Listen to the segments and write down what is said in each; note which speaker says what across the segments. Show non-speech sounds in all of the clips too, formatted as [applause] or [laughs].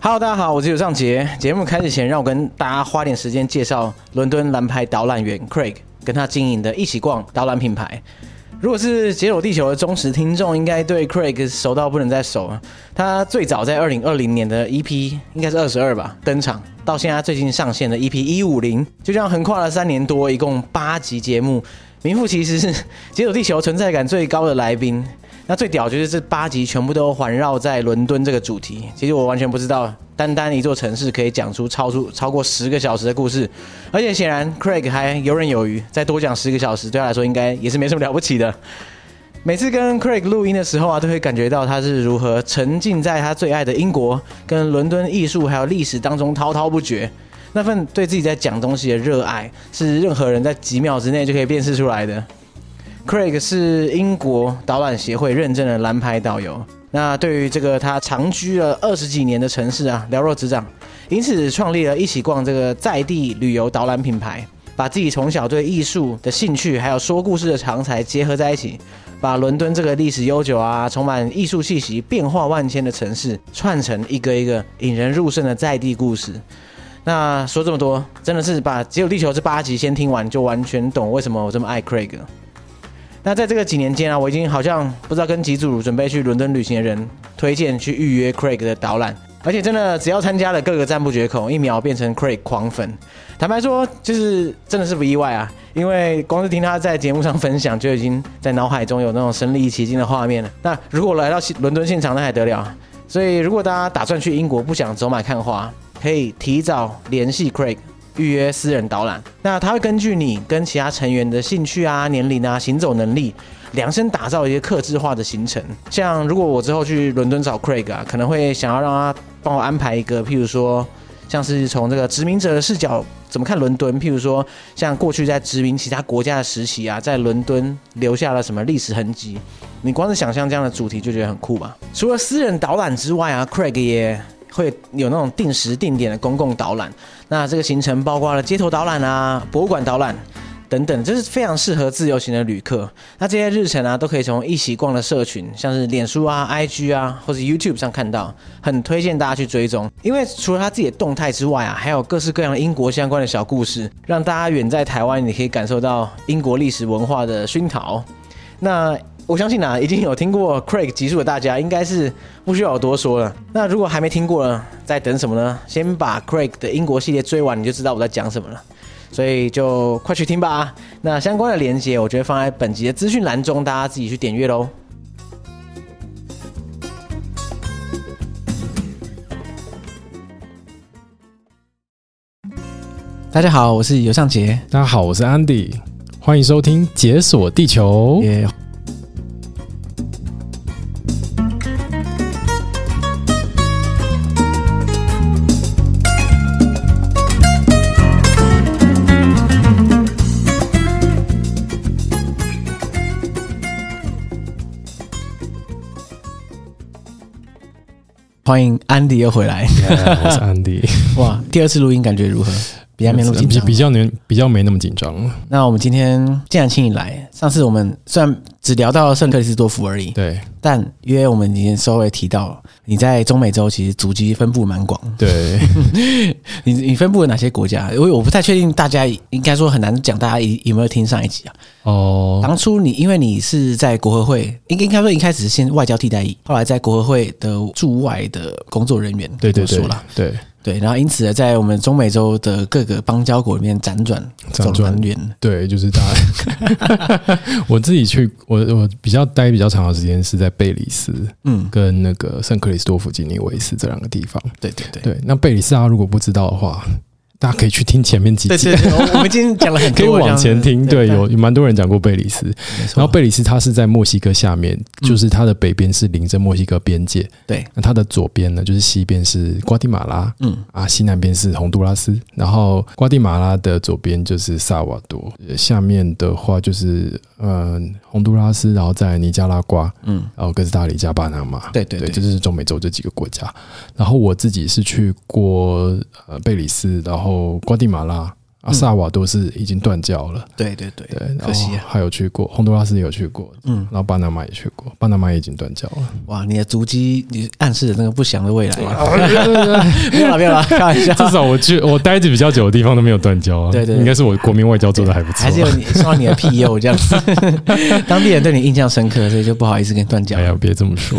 Speaker 1: Hello，大家好，我是尤尚杰。节目开始前，让我跟大家花点时间介绍伦敦蓝牌导览员 Craig 跟他经营的一起逛导览品牌。如果是解锁地球的忠实听众，应该对 Craig 熟到不能再熟了。他最早在二零二零年的 EP 应该是二十二吧登场，到现在最近上线的 EP 一五零，就这样横跨了三年多，一共八集节目。名副其实是解锁地球存在感最高的来宾。那最屌就是这八集全部都环绕在伦敦这个主题。其实我完全不知道，单单一座城市可以讲出超出超过十个小时的故事，而且显然 Craig 还游刃有余，再多讲十个小时对他来说应该也是没什么了不起的。每次跟 Craig 录音的时候啊，都会感觉到他是如何沉浸在他最爱的英国、跟伦敦艺术还有历史当中滔滔不绝。那份对自己在讲东西的热爱，是任何人在几秒之内就可以辨识出来的。Craig 是英国导览协会认证的蓝牌导游。那对于这个他长居了二十几年的城市啊，了若指掌，因此创立了一起逛这个在地旅游导览品牌，把自己从小对艺术的兴趣，还有说故事的长才结合在一起，把伦敦这个历史悠久啊、充满艺术气息、变化万千的城市，串成一个一个引人入胜的在地故事。那说这么多，真的是把《解有地球》这八集先听完，就完全懂为什么我这么爱 Craig 了。那在这个几年间啊，我已经好像不知道跟几组准备去伦敦旅行的人推荐去预约 Craig 的导览，而且真的只要参加了，各个赞不绝口，一秒变成 Craig 狂粉。坦白说，就是真的是不意外啊，因为光是听他在节目上分享，就已经在脑海中有那种身临其境的画面了。那如果来到西伦敦现场，那还得了？所以如果大家打算去英国，不想走马看花，可以提早联系 Craig。预约私人导览，那他会根据你跟其他成员的兴趣啊、年龄啊、行走能力，量身打造一些客制化的行程。像如果我之后去伦敦找 Craig 啊，可能会想要让他帮我安排一个，譬如说，像是从这个殖民者的视角怎么看伦敦，譬如说，像过去在殖民其他国家的时期啊，在伦敦留下了什么历史痕迹。你光是想象这样的主题就觉得很酷吧？除了私人导览之外啊，Craig 也会有那种定时定点的公共导览。那这个行程包括了街头导览啊、博物馆导览等等，这是非常适合自由行的旅客。那这些日程啊，都可以从一起逛的社群，像是脸书啊、IG 啊，或是 YouTube 上看到，很推荐大家去追踪。因为除了他自己的动态之外啊，还有各式各样的英国相关的小故事，让大家远在台湾，也可以感受到英国历史文化的熏陶。那我相信啊，已经有听过 Craig 集数的大家，应该是不需要我多说了。那如果还没听过呢，在等什么呢？先把 Craig 的英国系列追完，你就知道我在讲什么了。所以就快去听吧。啊那相关的连接，我觉得放在本集的资讯栏中，大家自己去点阅喽。大家好，我是尤尚杰，
Speaker 2: 大家好，我是 Andy，欢迎收听《解锁地球》。
Speaker 1: 也欢迎安迪又回
Speaker 2: [laughs]
Speaker 1: 来。
Speaker 2: 我是 [laughs] Andy，
Speaker 1: 哇，第二次录音感觉如何？比较没那么紧
Speaker 2: 比
Speaker 1: 张。
Speaker 2: 比较没比较没那么紧张了。
Speaker 1: 那我们今天既然请你来，上次我们虽然只聊到圣克里斯多夫而已，
Speaker 2: 对
Speaker 1: 但因为我们已经稍微提到你在中美洲其实足迹分布蛮广，
Speaker 2: 对，
Speaker 1: 你你分布了哪些国家？因为我不太确定大家应该说很难讲，大家有有没有听上一集啊？
Speaker 2: 哦，
Speaker 1: 当初你因为你是在国合会，应应该说一开始是先外交替代役，后来在国合会的驻外的工作人员，
Speaker 2: [laughs] 对对
Speaker 1: 这么
Speaker 2: 对
Speaker 1: 说啦，，
Speaker 2: 对
Speaker 1: 对，然后因此呢在我们中美洲的各个邦交国里面辗转走
Speaker 2: 辗转
Speaker 1: 了蛮远的。
Speaker 2: 对，就是大家。 [laughs] 我自己去，我我比较待比较长的时间是在贝里斯
Speaker 1: 嗯，
Speaker 2: 跟那个圣克里斯多夫基尼维斯这两个地方。
Speaker 1: 对对对。
Speaker 2: 对，那贝里斯大家如果不知道的话，大家可以去听前面几
Speaker 1: 对
Speaker 2: 集
Speaker 1: 对， [laughs] 对，我我们今天讲了很多，
Speaker 2: [laughs] 可以往前听。对，
Speaker 1: 这样
Speaker 2: 有
Speaker 1: 子
Speaker 2: 有蛮多人讲过贝里斯。
Speaker 1: 对啊嗯没错
Speaker 2: 然后贝里斯它是在墨西哥下面，就是它的北边是临着墨西哥边界，
Speaker 1: 对，
Speaker 2: 那它的左边呢就是西边是瓜地马拉，
Speaker 1: 嗯，
Speaker 2: 啊，西南边是洪都拉斯，然后瓜地马拉的左边就是萨瓦多，呃下面的话就是嗯洪都拉斯，然后在尼加拉瓜，
Speaker 1: 嗯，
Speaker 2: 然后哥斯达黎加、巴拿马，
Speaker 1: 对对
Speaker 2: 对，
Speaker 1: 对，
Speaker 2: 这就是中美洲这几个国家。然后我自己是去过呃贝里斯，然后瓜地马拉。啊，萨瓦多是已经断交了。
Speaker 1: 对对嗯对，
Speaker 2: 对，然
Speaker 1: 可惜
Speaker 2: 后
Speaker 1: 啊
Speaker 2: 还有去过洪都拉斯也有去过，嗯，然后巴拿马也去过，巴拿马也已经断交
Speaker 1: [laughs]
Speaker 2: 了。
Speaker 1: 哇，你的足迹，你暗示了那个不祥的未来。啊
Speaker 2: 啊
Speaker 1: [laughs] 没有了，没
Speaker 2: [laughs]
Speaker 1: 有了，开玩笑。
Speaker 3: 至少我去我待的比较久的地方都没有断交啊。
Speaker 1: 对对对
Speaker 3: 应该是我国民外交做的还不错。
Speaker 1: 还是有你受到你的庇佑这样
Speaker 2: [laughs]
Speaker 1: 子，当地人对你印象深刻，所以就不好意思跟你断交。
Speaker 3: 哎呀，别这么说，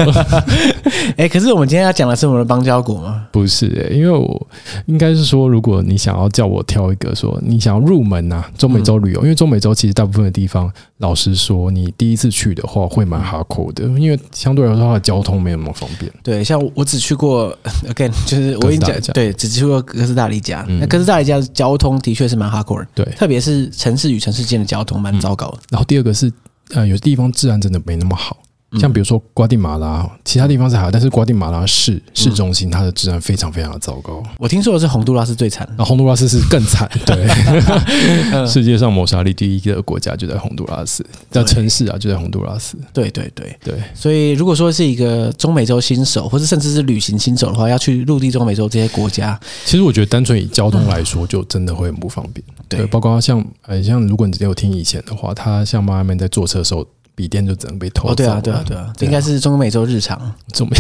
Speaker 1: 哎、可是我们今天要讲的是我们的邦交国嘛？
Speaker 2: [laughs] 不是、欸，因为我应该是说，如果你想要叫我挑一个说你想要入门呐、中美洲旅
Speaker 1: 嗯
Speaker 2: 游，因为中美洲其实大部分的地方，老实说，你第一次去的话会
Speaker 1: 嗯
Speaker 2: 蛮哈扣的，因为相对来说它的交通没有那么方便。
Speaker 1: 对，像我我只去过，again，就是我已经
Speaker 2: 哥斯达
Speaker 1: 讲
Speaker 2: 黎加
Speaker 1: 对，只去过哥斯达黎加。
Speaker 2: 嗯
Speaker 1: 那哥斯达黎加的交通的确是蛮 hardcore 的，
Speaker 2: 对，嗯
Speaker 1: 特别是城市与城市间的交通蛮糟糕的。
Speaker 2: 然后第二个是，呃，有些地方治安真的没那么好，
Speaker 1: 嗯
Speaker 2: 像比如说瓜地马拉，其他地方是还好，但是瓜地马拉
Speaker 1: 嗯
Speaker 2: 市市中心它的治安非常非常的糟糕。
Speaker 1: 我听说的是洪都拉斯最惨，
Speaker 2: 那洪都拉斯是更
Speaker 1: [laughs]
Speaker 2: 惨，
Speaker 1: 嗯
Speaker 2: 对， [laughs] 世界上谋杀力第一个国家就在洪都拉斯，在城市啊就在洪都拉斯，
Speaker 1: 对对对。
Speaker 2: 对，
Speaker 1: 所以如果说是一个中美洲新手，或是甚至是旅行新手的话，要去陆地中美洲这些国家，
Speaker 2: 其实我觉得单纯以交通来说，就真的会很不方便。
Speaker 1: 对
Speaker 2: 包括像呃，像如果你只有听以前的话，他像妈妈们在坐车的时候，笔电就只能被偷走、
Speaker 1: 哦，对啊，对啊啊，对啊，这
Speaker 2: 对啊
Speaker 1: 应该是中美洲日常。
Speaker 2: 中美，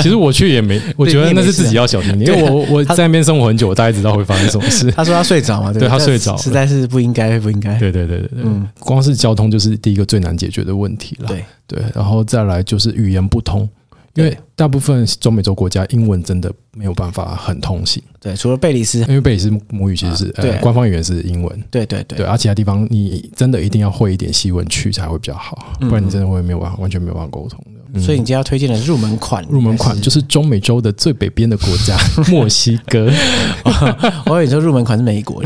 Speaker 2: 其实我去也没，我觉得那是自己要小心一点，因为我我在那边生活很久，我大概知道会发生什么事。
Speaker 1: 他说他睡着嘛，对不
Speaker 2: 对他睡着了
Speaker 1: 实在是不应该，不应该。
Speaker 2: 对对对对对，
Speaker 1: 嗯
Speaker 2: 光是交通就是第一个最难解决的问题了。
Speaker 1: 对
Speaker 2: 对，然后再来就是语言不通，因为
Speaker 1: 对
Speaker 2: 大部分中美洲国家英文真的没有办法很通行，
Speaker 1: 对，除了贝里斯，
Speaker 2: 因为贝里斯母语其实是、
Speaker 1: 对
Speaker 2: 呃官方语言是英文，
Speaker 1: 对对对
Speaker 2: 对，而、啊其他地方你真的一定要会一点西文去才会比较好，
Speaker 1: 嗯
Speaker 2: 不然你真的会没有办法，完全没有办法沟通的。嗯
Speaker 1: 所以你今天要推荐的入门款，
Speaker 2: 入门款就是中美洲的最北边的国
Speaker 1: [laughs]
Speaker 2: 家墨西哥，
Speaker 1: 我以为你说入门款是美
Speaker 2: [laughs]
Speaker 1: 国，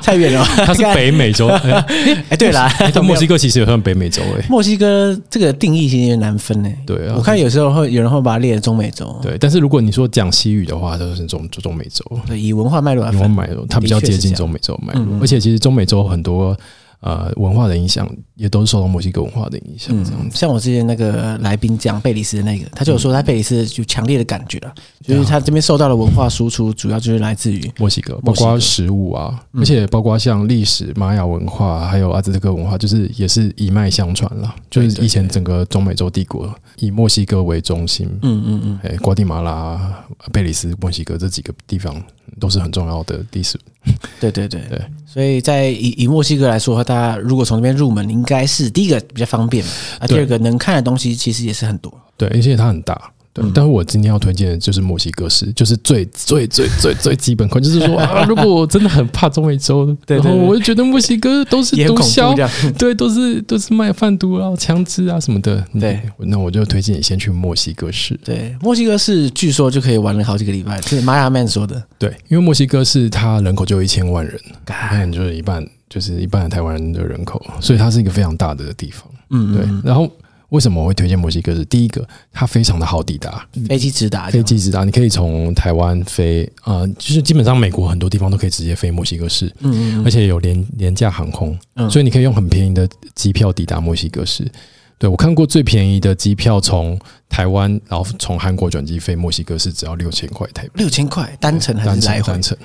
Speaker 1: 太远了吧。
Speaker 2: 它是北美洲。哎
Speaker 1: [laughs] 哎，对啦，
Speaker 2: 哎但墨西哥其实也算北美洲哎，
Speaker 1: 墨西哥这个定义其实有点难分诶。
Speaker 2: 对啊
Speaker 1: 我看有时候会有人会把它列中美洲，
Speaker 2: 对。但是如果你说讲西语的话，它就是中中美洲。
Speaker 1: 对，以文化脉络来
Speaker 2: 因为
Speaker 1: 分，
Speaker 2: 买它比较接近中美洲脉
Speaker 1: 嗯嗯
Speaker 2: 络，而且其实中美洲很多呃文化的影响，也都是受到墨西哥文化的影响。这样
Speaker 1: 嗯，像我之前那个来宾讲贝里斯的那个，他就有说他贝里斯有强烈的感觉了，
Speaker 2: 嗯
Speaker 1: 就是他这边受到的文化输出，主要就是来自于
Speaker 2: 墨西哥，
Speaker 1: 墨
Speaker 2: 包
Speaker 1: 西哥嗯
Speaker 2: 括食物啊，而且包括像历史、玛雅文化，啊还有阿兹特克文化，就是也是一脉相传啦。就
Speaker 1: 对
Speaker 2: 是以前整个中美洲帝国以墨西哥为中心，
Speaker 1: 嗯嗯嗯，
Speaker 2: 哎，瓜地马拉、贝里斯、墨西哥这几个地方都是很重要的历史。
Speaker 1: 嗯对对对
Speaker 2: 对，
Speaker 1: 所以在以以墨西哥来说，大家如果从那边入门，应该是第一个比较方便嘛，啊，第
Speaker 2: 对
Speaker 1: 二个能看的东西其实也是很多。
Speaker 2: 对，而且它很大。
Speaker 1: 嗯
Speaker 2: 对，但是我今天要推荐的就是墨西哥式，就是最最最最最基本款，就是说啊，如果我真的很怕中美洲，
Speaker 1: 对对对
Speaker 2: 然后我就觉得墨西哥都是
Speaker 1: 也很
Speaker 2: 毒
Speaker 1: 恐怖
Speaker 2: 枭
Speaker 1: 这，
Speaker 2: [laughs]
Speaker 1: 样。
Speaker 2: 对，都是都是卖贩毒啊、枪支啊什么的。你
Speaker 1: 对，
Speaker 2: 那我就推荐你先去墨西哥市。
Speaker 1: 对，墨西哥是据说就可以玩了好几个礼拜，是玛雅曼说的。
Speaker 2: 对，因为墨西哥市它人口就有一千万人，那你就是一半，就是一半的台湾人的人口，所以它是一个非常大的地方。
Speaker 1: 嗯，
Speaker 2: 对，然后为什么我会推荐墨西哥市？第一个，它非常的好抵达，
Speaker 1: 对，嗯飞机直达这
Speaker 2: 飞
Speaker 1: 样，
Speaker 2: 机直达，你可以从台湾飞，呃，就是基本上美国很多地方都可以直接飞墨西哥市，
Speaker 1: 嗯嗯
Speaker 2: 而且有廉廉价航空，
Speaker 1: 嗯，
Speaker 2: 所
Speaker 1: 以
Speaker 2: 以你可以用很便宜的机票抵达墨西哥市。对我看过最便宜的机票从台湾，然后从韩国转机飞墨西哥市，只要六千块台币，
Speaker 1: 六千块单程还
Speaker 2: 单
Speaker 1: 是
Speaker 2: 程
Speaker 1: 来回
Speaker 2: 单？程，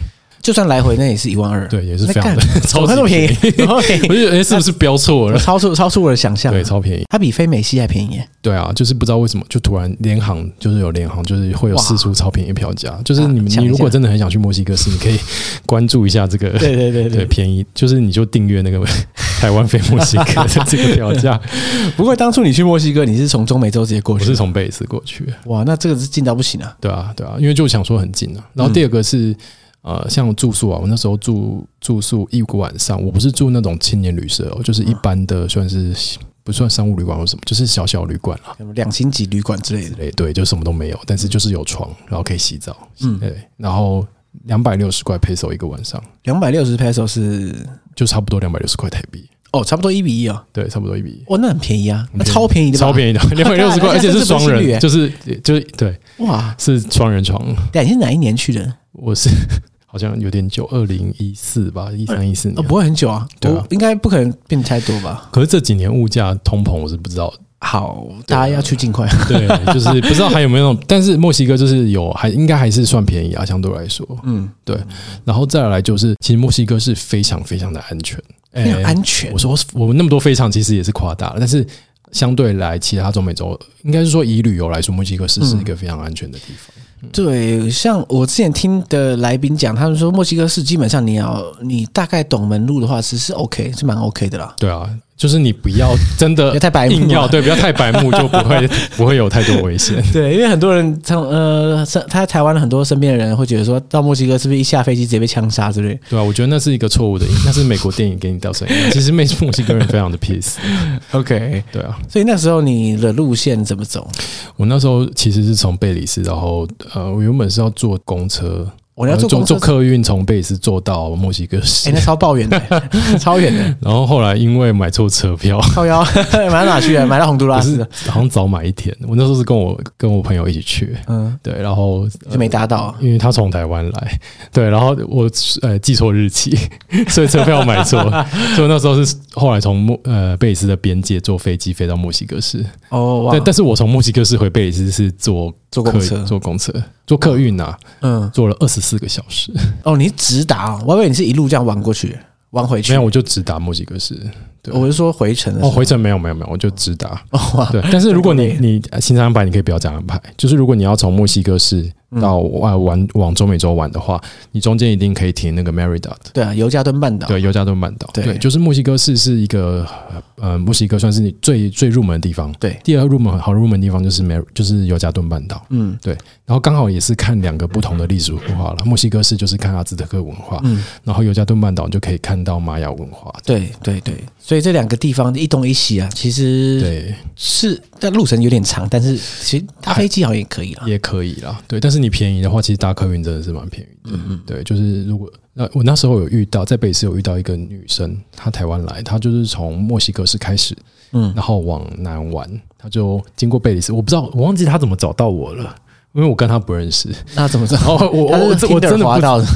Speaker 1: 就算来回那也是一万二，
Speaker 2: 对，也是
Speaker 1: 那
Speaker 2: 非
Speaker 1: [laughs]
Speaker 2: 常
Speaker 1: 干
Speaker 2: 的
Speaker 1: 怎
Speaker 2: [laughs] 超
Speaker 1: 么那
Speaker 2: 级
Speaker 1: 么便宜，
Speaker 2: 宜，
Speaker 1: [laughs] 怎么便宜
Speaker 2: [laughs] 我就觉得哎是不是标错
Speaker 1: [laughs]
Speaker 2: 了？
Speaker 1: 超出超出我的想象。
Speaker 2: 对，超便宜。
Speaker 1: 它比飞美西还便宜耶，
Speaker 2: 对啊，就是不知道为什么，就突然联航就是有联航，就是会有
Speaker 1: 哇
Speaker 2: 四处超便宜票价。就是
Speaker 1: 啊
Speaker 2: 你们，
Speaker 1: 抢
Speaker 2: 你
Speaker 1: 一
Speaker 2: 如果
Speaker 1: 下
Speaker 2: 真的很想去墨西哥市，你可以关注一下这个，
Speaker 1: 对对对
Speaker 2: 对，。便宜就是你就订阅那个 [laughs] 台湾飞墨西哥的这个票价。啊
Speaker 1: 不过当初你去墨西哥，你是从中美洲直接过
Speaker 2: [laughs] 我
Speaker 1: 去，
Speaker 2: 是从贝里斯过去，
Speaker 1: 哇，那这个是近到不行啊。
Speaker 2: 对啊，对啊，因为就想说很近啊。然后第二个是、呃，像住宿啊，我那时候住住宿一个晚上，我不是住那种青年旅社哦，就是一般的算是不算商务旅馆或什么，就是小小旅馆啦。啊
Speaker 1: 什么两星级旅馆之类的。
Speaker 2: 对对，就什么都没有，但是就是有床，然后可以洗澡，
Speaker 1: 嗯
Speaker 2: 嗯，对，然后两百六十块 peso 一个晚上，
Speaker 1: 两百六十 peso 是
Speaker 2: 就差不多两百六十块台币，
Speaker 1: 哦，差不多一比一哦，
Speaker 2: 对，差不多一比一。
Speaker 1: 哇，那很便宜啊，那
Speaker 2: 很便
Speaker 1: 超便
Speaker 2: 宜
Speaker 1: 宜的吧，
Speaker 2: 超便宜 [laughs] 的，两百六十块，而且是双人，就是就是对，
Speaker 1: 宜哇！
Speaker 2: 是双人床。
Speaker 1: 对，你是哪一年去的？
Speaker 2: 我是 [laughs] 好像有点久，二零一四吧，一三一四
Speaker 1: 哦，
Speaker 2: 年。
Speaker 1: 不会很久啊，
Speaker 2: 嗯对啊
Speaker 1: 我应该不可能变太多吧？ [laughs]
Speaker 2: 可是这几年物价通膨，我是不知道
Speaker 1: 好，大家要去尽快。
Speaker 2: 啊对，啊就是不知道还有没有那种，但是墨西哥就是有，还应该还是算便宜啊，相对来说。
Speaker 1: 嗯，
Speaker 2: 然后再来就是，其实墨西哥是非常非常的安全，哎
Speaker 1: 很安全
Speaker 2: 我。说我们那么多非常其实也是夸大了，但是相对来其他中美洲，应该是说以旅游来说，墨西哥是是一个非常安全的地
Speaker 1: 嗯
Speaker 2: 方。
Speaker 1: 对，像我之前听的来宾讲，他们说墨西哥市基本上你要你大概懂门路的话，其实是 OK，是蛮 OK 的啦。
Speaker 2: 对啊，就是你不要真
Speaker 1: 不
Speaker 2: 的
Speaker 1: 要太白目
Speaker 2: 硬要
Speaker 1: 啊
Speaker 2: 对，不要太白目，就不会 [laughs] 不会有太多危险。
Speaker 1: 对，因为很多人从呃，上他台湾的很多身边的人会觉得说，到墨西哥是不是一下飞机直接被枪杀之类？
Speaker 2: 对啊，我觉得那是一个错误的，那是美国电影给你造成
Speaker 1: [laughs]
Speaker 2: 的影响。其实美墨西哥人非常的 peace。
Speaker 1: OK，
Speaker 2: 对啊，
Speaker 1: 所以那时候你的路线怎么走？
Speaker 2: 我那时候其实是从贝里斯，然后呃，我原本是要坐公车，
Speaker 1: 哦
Speaker 2: 呃
Speaker 1: 我要坐
Speaker 2: 坐
Speaker 1: 公车
Speaker 2: 坐，客运从贝里斯坐到墨西哥市
Speaker 1: 哎、，那超抱
Speaker 2: [laughs]
Speaker 1: 怨的、超远的，
Speaker 2: 然后后来因为买错车票，
Speaker 1: 靠腰 [laughs] 买到哪去了？啊买到洪都拉
Speaker 2: 不是
Speaker 1: 斯，
Speaker 2: 好像早买一天，我那时候是跟我跟我朋友一起去，
Speaker 1: 嗯，
Speaker 2: 对，然后
Speaker 1: 就没搭到。
Speaker 2: 因为他从台湾来，对，然后我呃记错日期， [laughs] 所以车票买错，所以那时候是后来从墨呃贝里斯的边界坐飞机飞到墨西哥市，
Speaker 1: 哦，哇
Speaker 2: 呃但，但是我从墨西哥市回贝里斯是坐
Speaker 1: 坐
Speaker 2: 客
Speaker 1: 公车，
Speaker 2: 坐公车坐客运啊，
Speaker 1: 嗯，
Speaker 2: 坐了二十四个小时，
Speaker 1: 哦，你直达、哦，我以为你是一路这样玩过去，玩回去。
Speaker 2: 没有我就直达墨西哥市，对
Speaker 1: 我是说回程的时
Speaker 2: 哦
Speaker 1: 候。
Speaker 2: 回程没有没有没有，我就直达。
Speaker 1: 哦哇，
Speaker 2: 对，但是如果
Speaker 1: 这
Speaker 2: 你
Speaker 1: 个
Speaker 2: 你呃行程安排，你可以不要这样安排。就是如果你要从墨西哥市到
Speaker 1: 嗯
Speaker 2: 外玩往中美洲玩的话，你中间一定可以停那个 Merida 的，
Speaker 1: 对啊，尤加敦半岛。
Speaker 2: 对，尤加敦半岛。
Speaker 1: 对
Speaker 2: 对，就是墨西哥市是一个呃，墨西哥算是你最最入门的地方。
Speaker 1: 对
Speaker 2: 第二入门好入门的地方就是 Mer 就是尤加敦半岛。
Speaker 1: 嗯
Speaker 2: 然后刚好也是看两个不同的历史文化了。墨西哥市就是看阿兹特克文化，
Speaker 1: 嗯，
Speaker 2: 然后尤加敦半岛就可以看到玛雅文化。
Speaker 1: 对对对，所以这两个地方一东一西啊，其实
Speaker 2: 对，
Speaker 1: 是，但路程有点长，但是其实搭飞机好像也可以啦。
Speaker 2: 也可以啦，对。但是你便宜的话，其实搭客运真的是蛮便宜的。
Speaker 1: 嗯
Speaker 2: 对，就是如果那我那时候有遇到，在北市有遇到一个女生，她台湾来，她就是从墨西哥市开始，
Speaker 1: 嗯，
Speaker 2: 然后往南玩，她就经过贝里斯，我不知道，我忘记她怎么找到我了，因为我跟她不认识。
Speaker 1: 那怎么着？
Speaker 2: 哦，我
Speaker 1: 他
Speaker 2: 我我
Speaker 1: 是
Speaker 2: 真我
Speaker 1: Tinder
Speaker 2: 真的
Speaker 1: 滑
Speaker 2: 不
Speaker 1: 到的，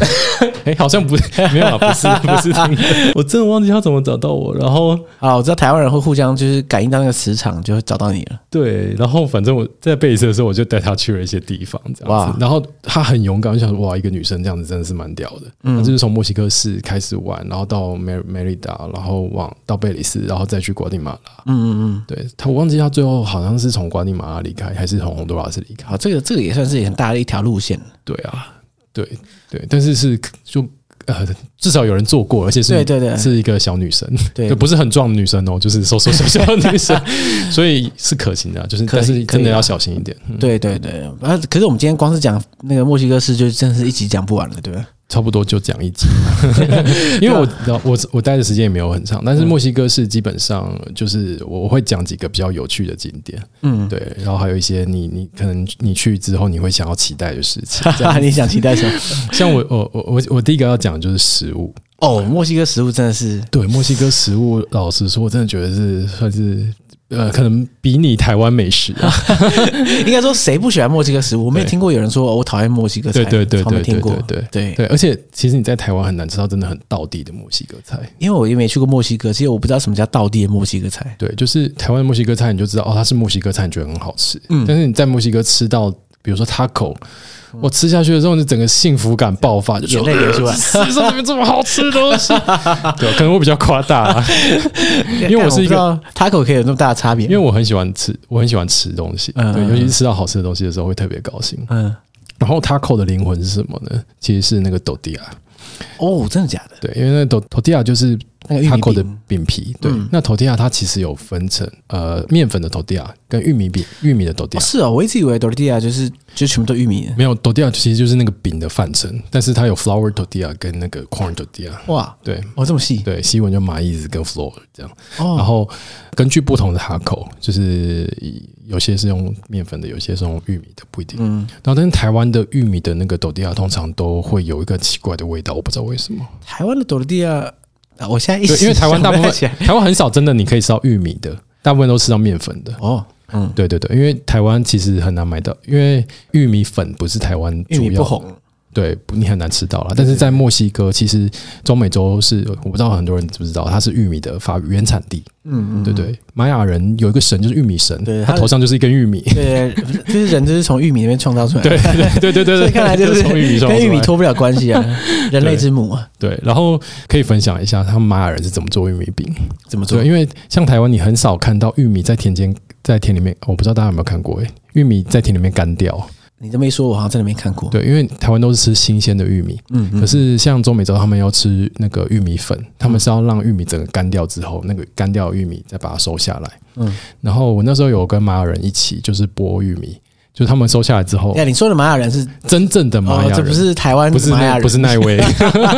Speaker 2: 哎、好像不是没有啊，不是不是 Tinder，我真的忘记她怎么找到我。然后
Speaker 1: [laughs] 啊，我知道台湾人会互相就是感应到那个磁场，就会找到你了。
Speaker 2: 对，然后反正我在贝里斯的时候，我就带她去了一些地方，这样
Speaker 1: 哇
Speaker 2: 子。然后她很勇敢，我想说哇，一个女生这样子真的是蛮屌的。
Speaker 1: 嗯
Speaker 2: 她就是从墨西哥市开始玩，然后到梅梅里达，然后往到贝里斯，然后再去瓜地马拉。
Speaker 1: 嗯嗯
Speaker 2: 对她，我忘记她最后好像是从瓜地马拉离开，还是从洪都拉斯离
Speaker 1: 嗯，
Speaker 2: 开。
Speaker 1: 好，这个这个也算是很大的一条路线。
Speaker 2: 对啊，对对，但是是就呃，至少有人做过，而且是
Speaker 1: 对对对
Speaker 2: 是一个小女生，
Speaker 1: 对
Speaker 2: 就不是很壮的女生哦，就是瘦瘦小小的
Speaker 1: [laughs]
Speaker 2: 女生，所以是可行的啊，就是
Speaker 1: 可
Speaker 2: 但
Speaker 1: 以
Speaker 2: 是真
Speaker 1: 可
Speaker 2: 的
Speaker 1: 以啊
Speaker 2: 要小心一点，嗯
Speaker 1: 对对对，啊，可是我们今天光是讲那个墨西哥市，就真的是一集讲不完了，对吧？
Speaker 2: 差不多就讲一
Speaker 1: [laughs]
Speaker 2: 集，因为我我我待的时间也没有很长，
Speaker 1: 嗯
Speaker 2: 但是墨西哥市基本上就是我会讲几个比较有趣的景点，
Speaker 1: 嗯，
Speaker 2: 对，然后还有一些你你可能你去之后你会想要期待的事
Speaker 1: [laughs]
Speaker 2: 情，这样
Speaker 1: 你想期待
Speaker 2: [laughs]
Speaker 1: 什么？
Speaker 2: 像我我我我我第一个要讲的就是食物，
Speaker 1: 哦，墨西哥食物真的是
Speaker 2: 对，墨西哥食物，老实说，我真的觉得是算是呃，可能比你台湾美食、啊。
Speaker 1: 应该说谁不喜欢墨西哥食物？我没有
Speaker 2: 对
Speaker 1: 听过有人说、哦我讨厌墨西哥菜，
Speaker 2: 对对对
Speaker 1: 从来
Speaker 2: 对
Speaker 1: 没听
Speaker 2: 对
Speaker 1: 过。
Speaker 2: 对对
Speaker 1: 对
Speaker 2: 对，而且其实你在台湾很难吃到真的很道地的墨西哥菜。
Speaker 1: 因为我也没去过墨西哥，其实我不知道什么叫道地的墨西哥菜。
Speaker 2: 对，就是台湾的墨西哥菜，你就知道哦，它是墨西哥菜，你觉得很好吃。
Speaker 1: 嗯
Speaker 2: 但是你在墨西哥吃到，比如说 taco，我吃下去的时候，你整个幸福感爆发，就
Speaker 1: 眼泪流出来
Speaker 2: [laughs] 世上怎么这么好吃的东
Speaker 1: [laughs]
Speaker 2: 西？对，可能我比较夸大、啊，因为我是一个
Speaker 1: 塔口可以有那么大的差别，
Speaker 2: 因为我很喜欢吃，我很喜欢吃东西，
Speaker 1: 嗯
Speaker 2: 对，
Speaker 1: 嗯
Speaker 2: 尤其是吃到好吃的东西的时候，会特别高兴。
Speaker 1: 嗯，
Speaker 2: 然后 taco 的灵魂是什么呢？其实是那个啊 tortilla，
Speaker 1: 哦，真的假的？
Speaker 2: 对，因为那 tor- tortilla 就是
Speaker 1: 那个玉米
Speaker 2: taco 的
Speaker 1: 饼
Speaker 2: 饼皮，对，
Speaker 1: 嗯
Speaker 2: 那 tortilla 它其实有分成呃面粉的 tortilla 跟玉米饼、玉米的 tortilla，、
Speaker 1: 哦是哦，我一直以为 tortilla 就是就全部都玉米。
Speaker 2: 没有 tortilla 其实就是那个饼的范畴，但是它有 flour tortilla 跟那个 corn tortilla，
Speaker 1: 哇，
Speaker 2: 对
Speaker 1: 哦这么细
Speaker 2: 对，西文就麻意子跟 flour 这样，然
Speaker 1: 哦，
Speaker 2: 后根据不同的 taco，就是有些是用面粉的，有些是用玉米的，不一定。
Speaker 1: 嗯，
Speaker 2: 然后，但是台湾的玉米的那个 tortilla 通常都会有一个奇怪的味道，我不知道为什么。
Speaker 1: 台湾的 tortilla，啊我现在一
Speaker 2: 对，
Speaker 1: 时
Speaker 2: 因为台湾大部
Speaker 1: 想不
Speaker 2: 分
Speaker 1: 太起来
Speaker 2: [laughs] 台湾很少真的你可以吃到玉米的，大部分都吃到面粉的。
Speaker 1: 哦，嗯，
Speaker 2: 对对对，因为台湾其实很难买到，因为玉米粉不是台湾
Speaker 1: 玉
Speaker 2: 主
Speaker 1: 米不
Speaker 2: 要，
Speaker 1: 红，
Speaker 2: 对，不你很难吃到了。但是在墨西哥，其实中美洲是我不知道很多人知不知道，它是玉米的发原产地，
Speaker 1: 嗯嗯，
Speaker 2: 对不对？玛雅人有一个神就是玉米神
Speaker 1: 对，
Speaker 2: 他
Speaker 1: 他
Speaker 2: 头上就是一根
Speaker 1: [laughs]
Speaker 2: 玉米。
Speaker 1: 对，就是人就是从玉米那边创造出来的，
Speaker 2: 对对对对对
Speaker 1: 所
Speaker 2: 对，
Speaker 1: 以看来就是
Speaker 2: [laughs] 从
Speaker 1: [laughs]
Speaker 2: 玉米上
Speaker 1: 跟玉
Speaker 2: 出
Speaker 1: 米
Speaker 2: 来
Speaker 1: 脱不了关
Speaker 2: [laughs]
Speaker 1: 系啊，人类之母啊，
Speaker 2: 对，然后可以分享一下他们玛雅人是怎么做玉米饼。
Speaker 1: 怎么做
Speaker 2: 对，？因为像台湾，你很少看到玉米在田间在田里面，我不知道大家有没有看过、欸，玉米在田里面干掉。
Speaker 1: 你这么一说，我好像真的没看过。，
Speaker 2: 对，因为台湾都是吃新鲜的玉米，
Speaker 1: 嗯，嗯
Speaker 2: 可是像中美洲他们要吃那个玉米粉，他们是要让玉米整个干掉之后，那个干掉的玉米再把它收下来。
Speaker 1: 嗯
Speaker 2: 嗯，然后我那时候有跟玛雅人一起就是剥玉米，就是他们收下来之后
Speaker 1: 哎，，你说的玛雅人是
Speaker 2: 真正的玛
Speaker 1: 哦，
Speaker 2: 雅人、
Speaker 1: 这不是台湾
Speaker 2: 不是
Speaker 1: 玛雅
Speaker 2: 那
Speaker 1: 人，
Speaker 2: 不是那一位，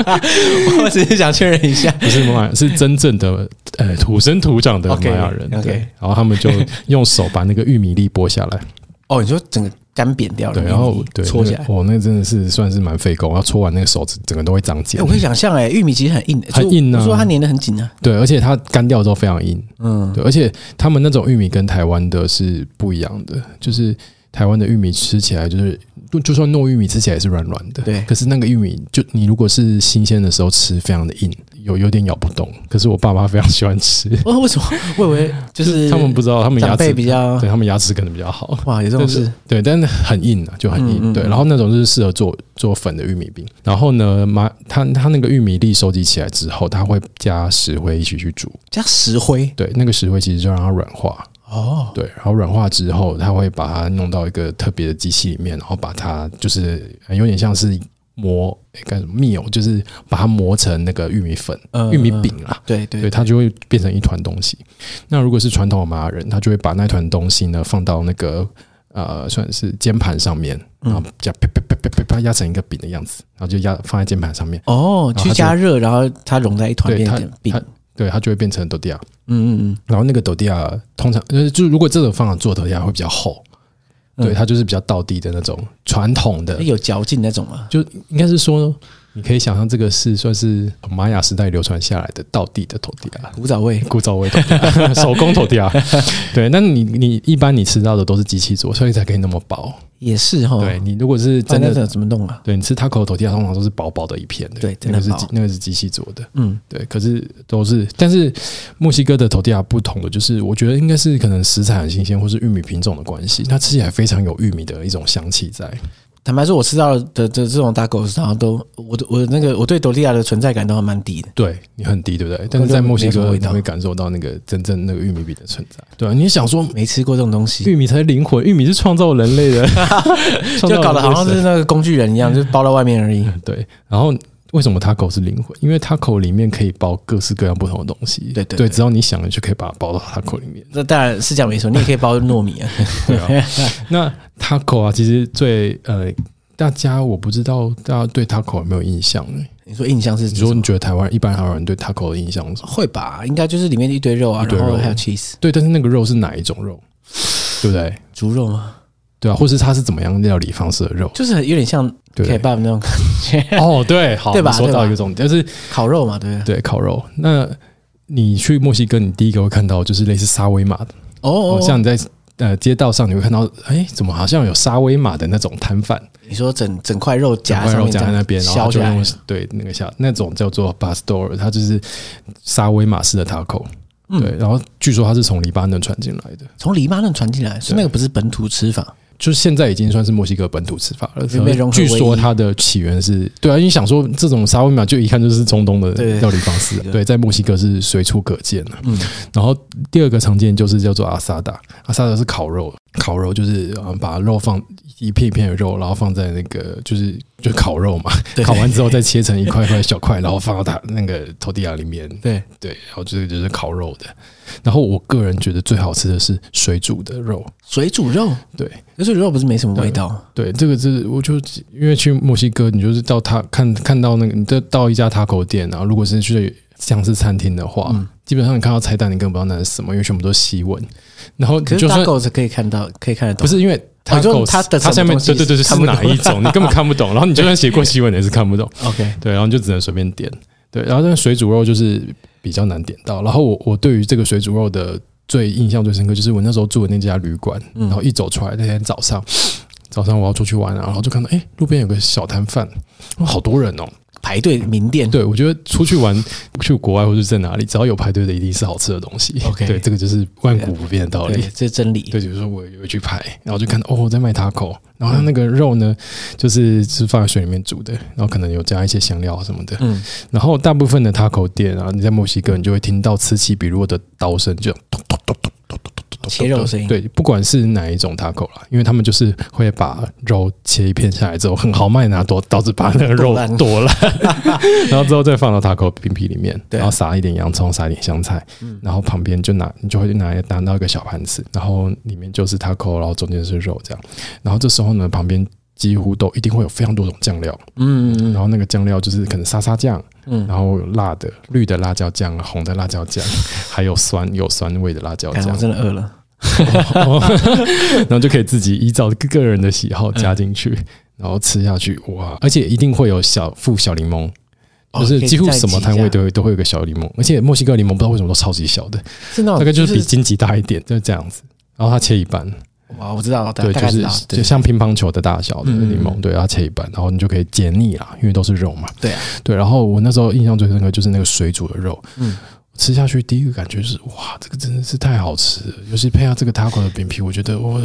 Speaker 1: [laughs] 我只是想确认一
Speaker 2: [laughs]
Speaker 1: 下。
Speaker 2: 不是玛雅人，是真正的呃土生土长的玛雅人。
Speaker 1: OK，OK
Speaker 2: 对，然后他们就用手把那个玉米粒剥下来，
Speaker 1: 哦，你说整个干扁掉了，
Speaker 2: 对，
Speaker 1: 你
Speaker 2: 然后对
Speaker 1: 搓起来。
Speaker 2: 我那个真的是算是蛮费工，要搓完那个手指整个都会长
Speaker 1: 哎，
Speaker 2: 茧
Speaker 1: 我。可以想象，哎，玉米其实很硬的，
Speaker 2: 很硬啊
Speaker 1: 就我说它粘的很紧啊。
Speaker 2: 对，而且它干掉之后非常硬。
Speaker 1: 嗯，
Speaker 2: 对，而且他们那种玉米跟台湾的是不一样的，就是台湾的玉米吃起来就是，就就算糯玉米吃起来也是软软的，
Speaker 1: 对
Speaker 2: 可是那个玉米，就你如果是新鲜的时候吃，非常的硬，有有点咬不动。可是我爸妈非常喜欢吃，
Speaker 1: 哦，为什么？我以为就是
Speaker 2: 他们不知道，他们牙
Speaker 1: 长辈
Speaker 2: 齿
Speaker 1: 比较
Speaker 2: 对他们牙齿可能比较好。
Speaker 1: 哇，有这种事。
Speaker 2: 对，但是很硬啊，就很硬。
Speaker 1: 嗯嗯
Speaker 2: 对，
Speaker 1: 嗯
Speaker 2: 然后那种就是适合做做粉的玉米饼。然后呢，妈，它它那个玉米粒收集起来之后，它会加石灰一起去煮。
Speaker 1: 加石灰
Speaker 2: 对，那个石灰其实就让它软化。
Speaker 1: 哦，
Speaker 2: 对，然后软化之后，它会把它弄到一个特别的机器里面，然后把它就是呃有点像是磨诶干什么密油，就是把它磨成那个玉米粉、
Speaker 1: 嗯
Speaker 2: 玉米饼啦。
Speaker 1: 对对
Speaker 2: 对，它就会变成一团东西。那如果是传统的玛雅人，他就会把那团东西呢放到那个呃算是煎盘上面，然后这样啪啪啪啪啪啪压成一个饼的样子，然后就压放在煎盘上面，
Speaker 1: 哦，
Speaker 2: 然后它
Speaker 1: 去
Speaker 2: 就
Speaker 1: 加热，然后它融在一团
Speaker 2: 对
Speaker 1: 变
Speaker 2: 它
Speaker 1: 成饼
Speaker 2: 它。对，它就会变成豆地亚。
Speaker 1: 嗯嗯
Speaker 2: 然后那个斗地亚通常呃，就是如果这种方法做斗地亚会比较厚，
Speaker 1: 嗯
Speaker 2: 对，它就是比较道地的那种传统的
Speaker 1: 嗯，，有嚼劲那种吗？
Speaker 2: 就应该是说，你可以想象这个是算是玛雅时代流传下来的道地的斗地亚。
Speaker 1: 古早味。
Speaker 2: 古早味斗
Speaker 1: [laughs]
Speaker 2: 地亚，手工斗地亚，对。那你你一般你吃到的都是机器做，所以才可以那么薄。
Speaker 1: 也是哦哈，
Speaker 2: 对，你如果是
Speaker 1: 真
Speaker 2: 真的，
Speaker 1: 的怎么弄啊？
Speaker 2: 对你吃 taco 斗地亚通常都是薄薄的一片的，
Speaker 1: 对真
Speaker 2: 那
Speaker 1: 的
Speaker 2: 个是
Speaker 1: 薄
Speaker 2: 机那个是机器做的。
Speaker 1: 嗯，
Speaker 2: 对，可是都是，但是墨西哥的头地亚不同的就是，我觉得应该是可能食材很新鲜，或是玉米品种的关系，它吃起来非常有玉米的一种香气在。
Speaker 1: 坦白说，我吃到的这这种打狗食，好像都我的我的那个我对朵莉亚的存在感都还蛮低的。
Speaker 2: 对你很低，对不对？但是在墨西
Speaker 1: 没什么
Speaker 2: 哥
Speaker 1: 味
Speaker 2: 你
Speaker 1: 道
Speaker 2: 会感受到那个真正那个玉米饼的存在。对、啊，你想说
Speaker 1: 没吃过这种东西，
Speaker 2: 玉米才是灵魂，玉米是创造人
Speaker 1: [laughs]
Speaker 2: 类的，
Speaker 1: 就
Speaker 2: 创造
Speaker 1: 搞得
Speaker 2: 人类
Speaker 1: 好像
Speaker 2: 神
Speaker 1: 是那个工具人一
Speaker 2: [laughs]
Speaker 1: 样，就是包在外面而已。
Speaker 2: 对。然后为什么 taco 是灵魂？因为 taco 里面可以包各式各样不同的东西。
Speaker 1: 对对
Speaker 2: 对，
Speaker 1: 对
Speaker 2: 只要你想了，就可以把它包到 taco 里面。
Speaker 1: 那当然是这样没错，你也可以包糯
Speaker 2: [laughs]
Speaker 1: 米啊。
Speaker 2: 对啊，那 taco 啊，其实最呃，大家我不知道大家对 taco 有没有印象呢？
Speaker 1: 你说印象是
Speaker 2: 你
Speaker 1: 什
Speaker 2: 说
Speaker 1: 么
Speaker 2: 你觉得台湾一般台湾人对 taco 的印象是什么？
Speaker 1: 会吧？应该就是里面一堆肉啊，
Speaker 2: 一堆
Speaker 1: 然后
Speaker 2: 肉
Speaker 1: 还有 cheese，
Speaker 2: 对，但是那个肉是哪一种肉？对不对？
Speaker 1: 猪肉吗？
Speaker 2: 对啊，或是它是怎么样料理方式的肉？
Speaker 1: 就是很有点像
Speaker 2: 对不
Speaker 1: kebab 那种感觉，
Speaker 2: 对？哦，对，好，
Speaker 1: 对吧
Speaker 2: 你说到一个重点，就是
Speaker 1: 烤肉嘛，对不对？
Speaker 2: 对烤肉。那你去墨西哥，你第一个会看到就是类似沙威玛的，
Speaker 1: 哦
Speaker 2: 哦
Speaker 1: 哦，，
Speaker 2: 像你在呃街道上你会看到，哎，怎么好像有沙威玛的那种摊贩？
Speaker 1: 你说整整块肉夹
Speaker 2: 块
Speaker 1: 上
Speaker 2: 肉
Speaker 1: 面这
Speaker 2: 夹
Speaker 1: 样
Speaker 2: 在那边，然后
Speaker 1: 削
Speaker 2: 他就
Speaker 1: 下来
Speaker 2: 用，对那个下那种叫做 pastor，它就是沙威玛式的 taco、
Speaker 1: 嗯
Speaker 2: 对，然后据说它是从黎巴嫩传进来的，
Speaker 1: 从黎巴嫩传进来，所以那个不是本土吃法。
Speaker 2: 就是现在已经算是墨西哥本土吃法了。
Speaker 1: 被融合
Speaker 2: 然后据
Speaker 1: 为一
Speaker 2: 说它的起源是，对啊，因为想说这种沙威玛就一看就是中东的
Speaker 1: 对
Speaker 2: 料理方式啊，
Speaker 1: 是的
Speaker 2: 对，在墨西哥是随处可见的、
Speaker 1: 嗯，
Speaker 2: 然后第二个常见就是叫做阿萨达，阿萨达是烤肉，烤肉就是嗯把肉放一片一片的肉，然后放在那个就是就烤肉嘛，
Speaker 1: 对
Speaker 2: 烤完之后再切成一块块小块，然后放到它那个头地亚里面，
Speaker 1: 对
Speaker 2: 对，然后这个就是烤肉的。然后我个人觉得最好吃的是水煮的肉，
Speaker 1: 水煮肉，
Speaker 2: 对
Speaker 1: 可是肉不是没什么味道，
Speaker 2: 对，这个是我就因为去墨西哥，你就是到他看看到那个，你到到一家 taco 店，然后如果是去像是餐厅的话，
Speaker 1: 嗯
Speaker 2: 基本上你看到菜单，你根本不知道那是什么，因为全部都是西文。然后你
Speaker 1: 可是
Speaker 2: 就
Speaker 1: 大
Speaker 2: 算
Speaker 1: 狗是可以看到，可以看得到。
Speaker 2: 不是因为
Speaker 1: 哦你说
Speaker 2: taco，
Speaker 1: 它的什
Speaker 2: 它
Speaker 1: 么
Speaker 2: 下面
Speaker 1: 东西
Speaker 2: 对对对是
Speaker 1: 看不懂
Speaker 2: 哪一种，你根本看不懂。然后你就算写过西文你也是看不懂，
Speaker 1: OK，
Speaker 2: 对，然后你就只能随便点。对，然后但水煮肉就是比较难点到。然后我我对于这个水煮肉的最印象最深刻，就是我那时候住的那家旅馆，
Speaker 1: 嗯
Speaker 2: 然后一走出来那天早上，早上我要出去玩啊，然后就看到哎、诶路边有个小摊贩，哇，好多人哦。
Speaker 1: 排队名店，
Speaker 2: 对，我觉得出去玩，去国外或是在哪里，只要有排队的，一定是好吃的东西。
Speaker 1: OK
Speaker 2: 对，这个就是万古不变的道理
Speaker 1: 对，。这是真理。
Speaker 2: [laughs] 对，比如说我也会去排，然后就看到哦，我在卖塔口，然后它那个肉呢，就是是放在水里面煮的，然后可能有加一些香料啊什么的。
Speaker 1: 嗯，
Speaker 2: 然后大部分的塔口店啊，你在墨西哥，你就会听到此起彼落的刀声，就咚咚咚咚咚咚咚咚
Speaker 1: 切肉的声音
Speaker 2: 对，不管是哪一种塔口啦，因为他们就是会把肉切一片下来之后，很豪迈拿刀刀子把那个肉
Speaker 1: 剁烂
Speaker 2: 剁
Speaker 1: [laughs]
Speaker 2: 烂，然后之后再放到塔口饼皮里面，
Speaker 1: 对
Speaker 2: 然后撒一点洋葱，撒一点香菜，
Speaker 1: 嗯
Speaker 2: 然后旁边就拿你就会拿拿到一个小盘子，然后里面就是塔口，然后中间是肉这样，然后这时候呢，旁边几乎都一定会有非常多种酱料。
Speaker 1: 嗯
Speaker 2: 然后那个酱料就是可能沙沙酱，
Speaker 1: 嗯
Speaker 2: 然后有辣的、绿的辣椒酱、红的辣椒酱，还有酸有酸味的辣椒
Speaker 1: 看
Speaker 2: 酱
Speaker 1: 我，真的饿了。
Speaker 2: [laughs] 然后就可以自己依照个人的喜好加进去，
Speaker 1: 嗯
Speaker 2: 然后吃下去，哇！而且一定会有小附小柠檬。
Speaker 1: 哦
Speaker 2: 就是
Speaker 1: 可以
Speaker 2: 几乎
Speaker 1: 再
Speaker 2: 什么
Speaker 1: 挤
Speaker 2: 摊位
Speaker 1: 一下
Speaker 2: 都会都会有个小柠檬，而且墨西哥柠檬不知道为什么都超级小的，
Speaker 1: 哦是那种
Speaker 2: 大概就是比金桔大一点，就是这样子。然后它切一半，
Speaker 1: 哇，我知道，大
Speaker 2: 对，
Speaker 1: 大
Speaker 2: 就
Speaker 1: 概知
Speaker 2: 是
Speaker 1: 道，
Speaker 2: 就
Speaker 1: 对
Speaker 2: 像乒乓球的大小的
Speaker 1: 嗯
Speaker 2: 柠檬，对，它切一半，然后你就可以解腻啦，因为都是肉嘛。
Speaker 1: 对啊，
Speaker 2: 对，然后我那时候印象最深刻就是那个水煮的肉，
Speaker 1: 嗯
Speaker 2: 嗯，吃下去第一个感觉就是哇，这个真的是太好吃了，尤其配上这个 taco 的饼皮，我觉得我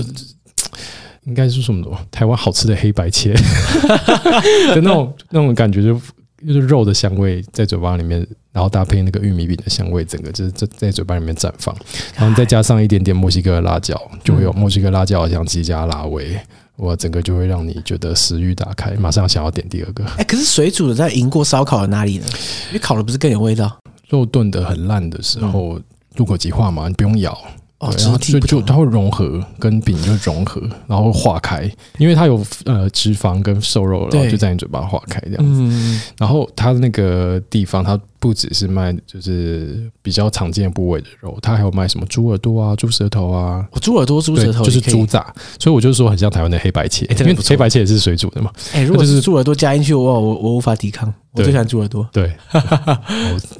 Speaker 2: 应该是什么台湾好吃的黑白切 [laughs] 的那种那种感觉就。就是肉的香味在嘴巴里面，然后搭配那个玉米饼的香味，整个就是在在嘴巴里面绽放，然后再加上一点点墨西哥的辣椒，就会有墨西哥辣椒的香鸡加辣味，哇，整个就会让你觉得食欲打开，马上想要点第二个。
Speaker 1: 哎、可是水煮的在赢过烧烤的哪里呢？因为烤的不是更有味道
Speaker 2: 肉炖的很烂的时候，入口即化嘛，你不用咬，
Speaker 1: 哦，
Speaker 2: 对然
Speaker 1: 质
Speaker 2: 后
Speaker 1: 地
Speaker 2: 就
Speaker 1: 不
Speaker 2: 就
Speaker 1: 同
Speaker 2: 它会融合，跟饼就融合，然后化开，因为它有呃脂肪跟瘦肉，然后
Speaker 1: 对
Speaker 2: 就在你嘴巴化开这样。
Speaker 1: 嗯，
Speaker 2: 然后它那个地方，它不只是卖就是比较常见的部位的肉，它还有卖什么猪耳朵啊、猪舌头啊，
Speaker 1: 我猪耳朵、猪
Speaker 2: 对
Speaker 1: 舌头
Speaker 2: 就是
Speaker 1: 也可以
Speaker 2: 猪。杂，所以我就说很像台湾的黑白切，
Speaker 1: 哎真
Speaker 2: 因
Speaker 1: 的
Speaker 2: 为
Speaker 1: 不错
Speaker 2: 黑白切也是水煮的嘛。
Speaker 1: 哎、如果
Speaker 2: 就是
Speaker 1: 是猪耳朵加进去，我我我无法抵抗，我
Speaker 2: 对
Speaker 1: 最喜欢猪耳朵。 [laughs]
Speaker 2: 对，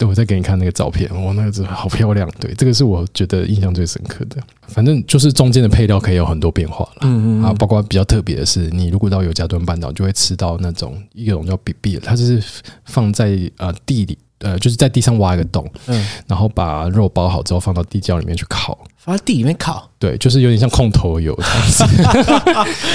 Speaker 2: 我我再给你看那个照片，哇，那个真的好漂亮。对，这个是我觉得印象最深刻的。反正就是中间的配料可以有很多变化啦。
Speaker 1: 嗯嗯
Speaker 2: 啊，包括比较特别的是，你如果到尤加敦半岛，就会吃到那种一种叫比比，它就是放在呃地里，呃，就是在地上挖一个洞，
Speaker 1: 嗯，
Speaker 2: 然后把肉包好之后放到地窖里面去烤。
Speaker 1: 放在地里面烤。
Speaker 2: 对，就是有点像控头油这样子。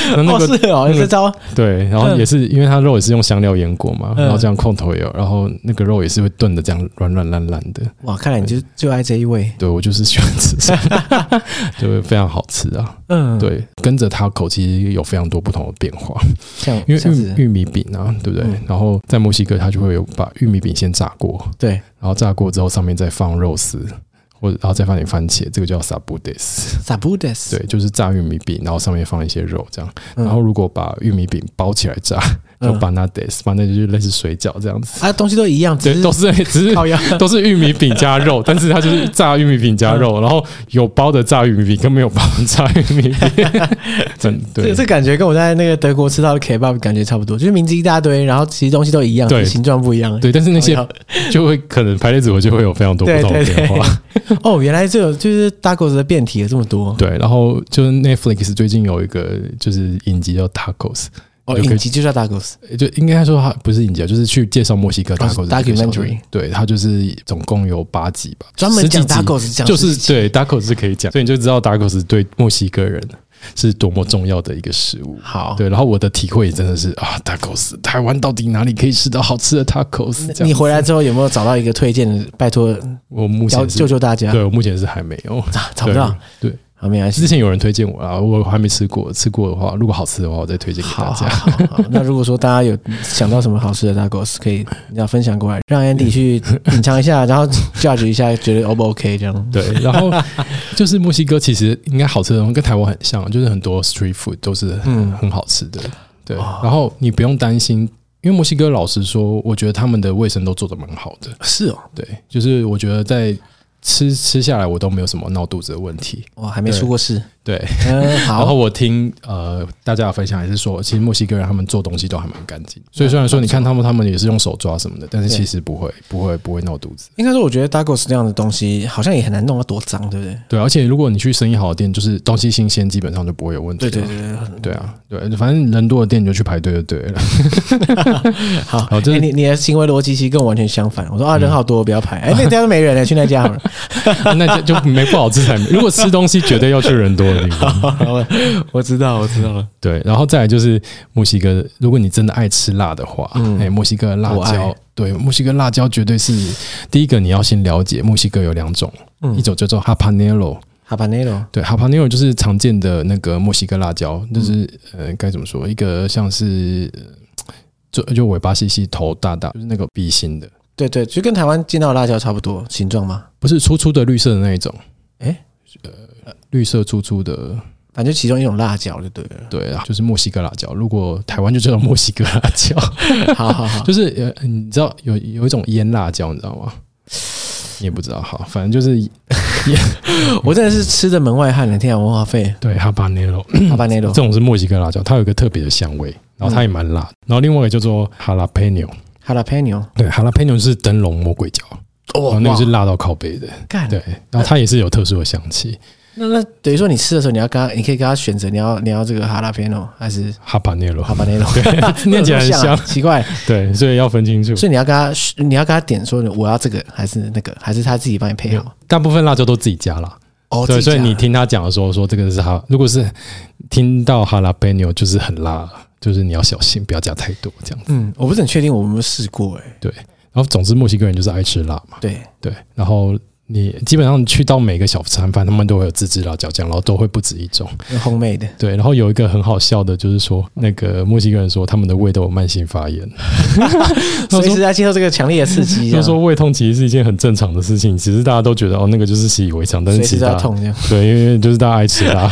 Speaker 1: [laughs]
Speaker 2: 那那
Speaker 1: 哦，
Speaker 2: 个
Speaker 1: 是哦，
Speaker 2: 那个
Speaker 1: 这招
Speaker 2: 对，然后也是因为它肉也是用香料腌过嘛，
Speaker 1: 嗯
Speaker 2: 然后这样控头油，然后那个肉也是会炖的这样软软烂烂的。
Speaker 1: 哇，看来你就就爱这一位。
Speaker 2: 对我就是喜欢吃这个， [laughs] 就会非常好吃啊。
Speaker 1: 嗯，，
Speaker 2: 对，跟着它口其实有非常多不同的变化，
Speaker 1: 像
Speaker 2: 因
Speaker 1: 像是
Speaker 2: 为玉玉米饼啊，对不对？
Speaker 1: 嗯
Speaker 2: 然后在墨西哥它就会有把玉米饼先炸过，
Speaker 1: 对，
Speaker 2: 然后炸过之后上面再放肉丝。或者然后再放点番茄，这个叫 sabudes，
Speaker 1: 萨布德斯，
Speaker 2: 对，就是炸玉米饼，然后上面放一些肉这样。
Speaker 1: 嗯
Speaker 2: 然后如果把玉米饼包起来炸，就
Speaker 1: 嗯
Speaker 2: banades，banades 就是类似水饺这样子。
Speaker 1: 啊，东西都一样，只
Speaker 2: 对，
Speaker 1: 是 [laughs]
Speaker 2: 都是只是
Speaker 1: 烤鸭。
Speaker 2: [laughs] 都是玉米饼加
Speaker 1: [laughs]
Speaker 2: 肉，但是它就是炸玉米饼加
Speaker 1: 嗯
Speaker 2: 肉，然后有包的炸玉米饼跟没有包的炸玉
Speaker 1: [laughs]
Speaker 2: 米饼，真
Speaker 1: 这
Speaker 2: 对
Speaker 1: 这感觉跟我在那个德国吃到的 kebab 感觉差不多，就是名字一大堆，然后其实东西都一样，
Speaker 2: 对
Speaker 1: 只是形状不一样。
Speaker 2: 对，但是那些
Speaker 1: 烤鸭
Speaker 2: [laughs] 就会可能排列组合就会有非常多不同的
Speaker 1: 对对
Speaker 2: 变化。
Speaker 1: 哦，原来这有就是大狗子的变体有这么多。
Speaker 2: 对，然后就是 Netflix 最近有一个就是影集叫 Tacos，
Speaker 1: 哦，
Speaker 2: 有个
Speaker 1: 影集就叫大狗子。
Speaker 2: 就应该说它不是影集啊，就是去介绍墨西哥 Tacos 的介绍的
Speaker 1: 哦 documentary
Speaker 2: 对，它就是总共有八集吧，
Speaker 1: 专门
Speaker 2: 十几
Speaker 1: 讲
Speaker 2: 集
Speaker 1: tacos 讲
Speaker 2: 就是
Speaker 1: 事情
Speaker 2: 对 Tacos 是可以讲，所以你就知道 Tacos 对墨西哥人是多么重要的一个食物。
Speaker 1: 好，
Speaker 2: 对，然后我的体会真的是啊，tacos，台湾到底哪里可以吃到好吃的 tacos？这样
Speaker 1: 你回来之后有没有找到一个推荐的？拜托，
Speaker 2: 我目
Speaker 1: 教
Speaker 2: 前是
Speaker 1: 救救大家。
Speaker 2: 对我目前是还没有
Speaker 1: 找找不到，
Speaker 2: 对，对
Speaker 1: 好，没关系
Speaker 2: 之。前有人推荐我啊，我还没吃过，吃过的话，如果好吃的话，我再推荐给
Speaker 1: 好
Speaker 2: 大
Speaker 1: 好
Speaker 2: 家。
Speaker 1: 好好，那如果说大家有想到什么好吃的大狗是可以你要分享过来，让 Andy 去品尝一下，然后 judge 一下，觉得 O 不 OK 这 [laughs] 样。
Speaker 2: [laughs] 对，然后就是墨西哥，其实应该好吃的东西跟台湾很像，就是很多 street food 都是很,、
Speaker 1: 嗯
Speaker 2: 很好吃的。对，
Speaker 1: 哦
Speaker 2: 然后你不用担心，因为墨西哥老实说，我觉得他们的卫生都做得蛮好的。
Speaker 1: 是哦，
Speaker 2: 对，就是我觉得在吃吃下来，我都没有什么闹肚子的问题。
Speaker 1: 我还没出过事，
Speaker 2: 对，
Speaker 1: 嗯， [laughs]
Speaker 2: 然后
Speaker 1: 好，
Speaker 2: 我听呃大家的分享也是说，其实墨西哥人他们做东西都还蛮干净，所以虽然说你看他们他们也是用手抓什么的，但是
Speaker 1: 啊对
Speaker 2: 其实不会不会不会闹肚子。
Speaker 1: 应该说我觉得 Dagos 这样的东西好像也很难弄到多脏，对不对？啊
Speaker 2: 对，而且如果你去生意好的店，就是东西新鲜，基本上就不会有问题。
Speaker 1: 对对对对，很
Speaker 2: 对啊，对，反正人多的店你就去排队就对
Speaker 1: [laughs]
Speaker 2: 了。
Speaker 1: 好，
Speaker 2: 好这
Speaker 1: 哎你你的行为逻辑其实跟我完全相反。我说啊，人好多，不要排。哎、那家都没人了，去那家好 [laughs] 了。
Speaker 2: 那家就没不好吃才没。如果吃东西，绝对要去人多的地方。
Speaker 1: 我我知道，我知道了。
Speaker 2: 对，然后再来就是墨西哥，如果你真的爱吃辣的话，哎、
Speaker 1: 嗯
Speaker 2: 墨西哥的辣
Speaker 1: 我爱
Speaker 2: 椒，对，墨西哥辣椒绝对是第一个，你要先了解墨西哥有两种，
Speaker 1: 嗯
Speaker 2: 一种叫做 habanero，
Speaker 1: 哈巴内罗，
Speaker 2: 对，habanero 就是常见的那个墨西哥辣椒，就是、呃该怎么说，一个像是。呃就就尾巴细细，头大大，就是那个笔形的，
Speaker 1: 对对，就跟台湾见到的辣椒差不多形状嘛，
Speaker 2: 不是粗粗的绿色的那一种，
Speaker 1: 诶
Speaker 2: 呃，绿色粗粗的，
Speaker 1: 反正其中一种辣椒就对 [laughs] 了。
Speaker 2: 对啊，就是墨西哥辣椒。如果台湾就叫墨西哥辣椒，
Speaker 1: 好好好，
Speaker 2: 就是呃，你知道有有一种腌辣椒，你知道吗？你也不知道，好，反正就是
Speaker 1: 我真的是吃的门外汉了，天啊，我好
Speaker 2: [coughs]
Speaker 1: 废。
Speaker 2: [laughs] 对 habanero
Speaker 1: 哈巴内
Speaker 2: 这
Speaker 1: 罗，
Speaker 2: 种是墨西哥辣椒，它有一个特别的香味，然后它也蛮辣。然后另外一个叫做 jalapeno，
Speaker 1: 哈拉佩牛，
Speaker 2: 对，jalapeno 是灯笼魔鬼椒，
Speaker 1: 哇
Speaker 2: 哦，那个是辣到靠背的，
Speaker 1: 干。
Speaker 2: 对，然后它也是有特殊的香气
Speaker 1: 那那等于说你吃的时候，你要跟他，你可以跟他选择你要你要这个哈拉佩诺还是哈
Speaker 2: ，habanero，
Speaker 1: 巴内罗， [laughs]
Speaker 2: 念起来很
Speaker 1: 那有什么
Speaker 2: 香
Speaker 1: 啊，奇怪。
Speaker 2: 对，所以要分清楚。
Speaker 1: 所以你要跟他，你要跟他点说我要这个还是那个，还是他自己帮你配好。
Speaker 2: 大部分辣椒都自己加啦，
Speaker 1: 哦，
Speaker 2: 对，
Speaker 1: 自
Speaker 2: 所
Speaker 1: 己
Speaker 2: 以
Speaker 1: 加
Speaker 2: 你听他讲的时候说这个是哈，如果是听到 jalapeno 就是很辣，就是你要小心，不要加太多这样。
Speaker 1: 嗯，我不是很确定我有没有试过哎、
Speaker 2: 然后总之墨西哥人就是爱吃辣嘛，
Speaker 1: 对，
Speaker 2: 对。然后你基本上去到每个小餐饭，他们都会有自制辣椒酱，然后都会不止一种。
Speaker 1: 烘焙的，
Speaker 2: 对，然后有一个很好笑的，就是说那个墨西哥人说他们的胃都有慢性发炎， [laughs] 他
Speaker 1: 随
Speaker 2: 说
Speaker 1: 时。在接受这个强烈的刺激，这
Speaker 2: [laughs] 他
Speaker 1: 样
Speaker 2: 说胃痛其实是一件很正常的事情，只是大家都觉得哦那个就是习以为常，但是
Speaker 1: 随
Speaker 2: 其
Speaker 1: 时都
Speaker 2: 实大
Speaker 1: 要
Speaker 2: 家
Speaker 1: [laughs] 痛这样。
Speaker 2: 对，因为就是大家爱吃辣，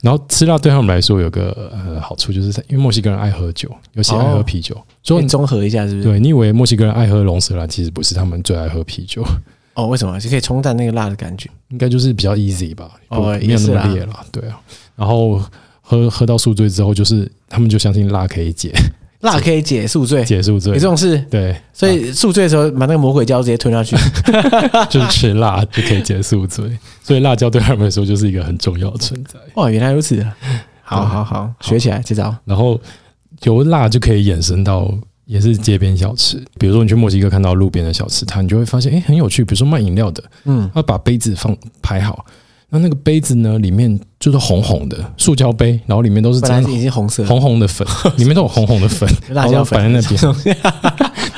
Speaker 2: 然后吃辣对他们来说有个呃好处，就是因为墨西哥人爱喝酒，尤其爱喝啤酒，所
Speaker 1: 可以
Speaker 2: 以你
Speaker 1: 哎综合一下，是不是？
Speaker 2: 对你以为墨西哥人爱喝龙舌兰，其实不是，他们最爱喝啤酒，
Speaker 1: 哦，为什么就可以冲淡那个辣的感觉？
Speaker 2: 应该就是比较 easy 吧，不
Speaker 1: 哦
Speaker 2: 没有那
Speaker 1: 也是啦
Speaker 2: 么烈啦，对啊。然后喝喝到宿醉之后，就是他们就相信辣可以解 [laughs]
Speaker 1: 辣可以解宿醉，
Speaker 2: 解宿
Speaker 1: 有
Speaker 2: 醉
Speaker 1: 这，种事，
Speaker 2: 对，
Speaker 1: 所以宿醉的时候把那个魔鬼椒直接吞下
Speaker 2: [laughs]
Speaker 1: 去。
Speaker 2: 就是吃辣就可以解
Speaker 1: [laughs]
Speaker 2: 宿醉，所以辣椒对他们来说就是一个很重要的存在。
Speaker 1: 哇，原来如此啊！好好好，学起来这招。
Speaker 2: 然后由辣就可以衍生到也是街边小吃，比如说你去墨西哥看到路边的小吃摊，你就会发现，哎、很有趣。比如说卖饮料的，
Speaker 1: 嗯，
Speaker 2: 他把杯子放排好，那那个杯子呢里面就是红红的塑胶杯，然后里面都是
Speaker 1: 本来
Speaker 2: 沾
Speaker 1: 是已经红色了，
Speaker 2: 红红的
Speaker 1: [laughs]
Speaker 2: 粉，里面都有红红的粉，
Speaker 1: 辣椒粉
Speaker 2: 然后摆在那边。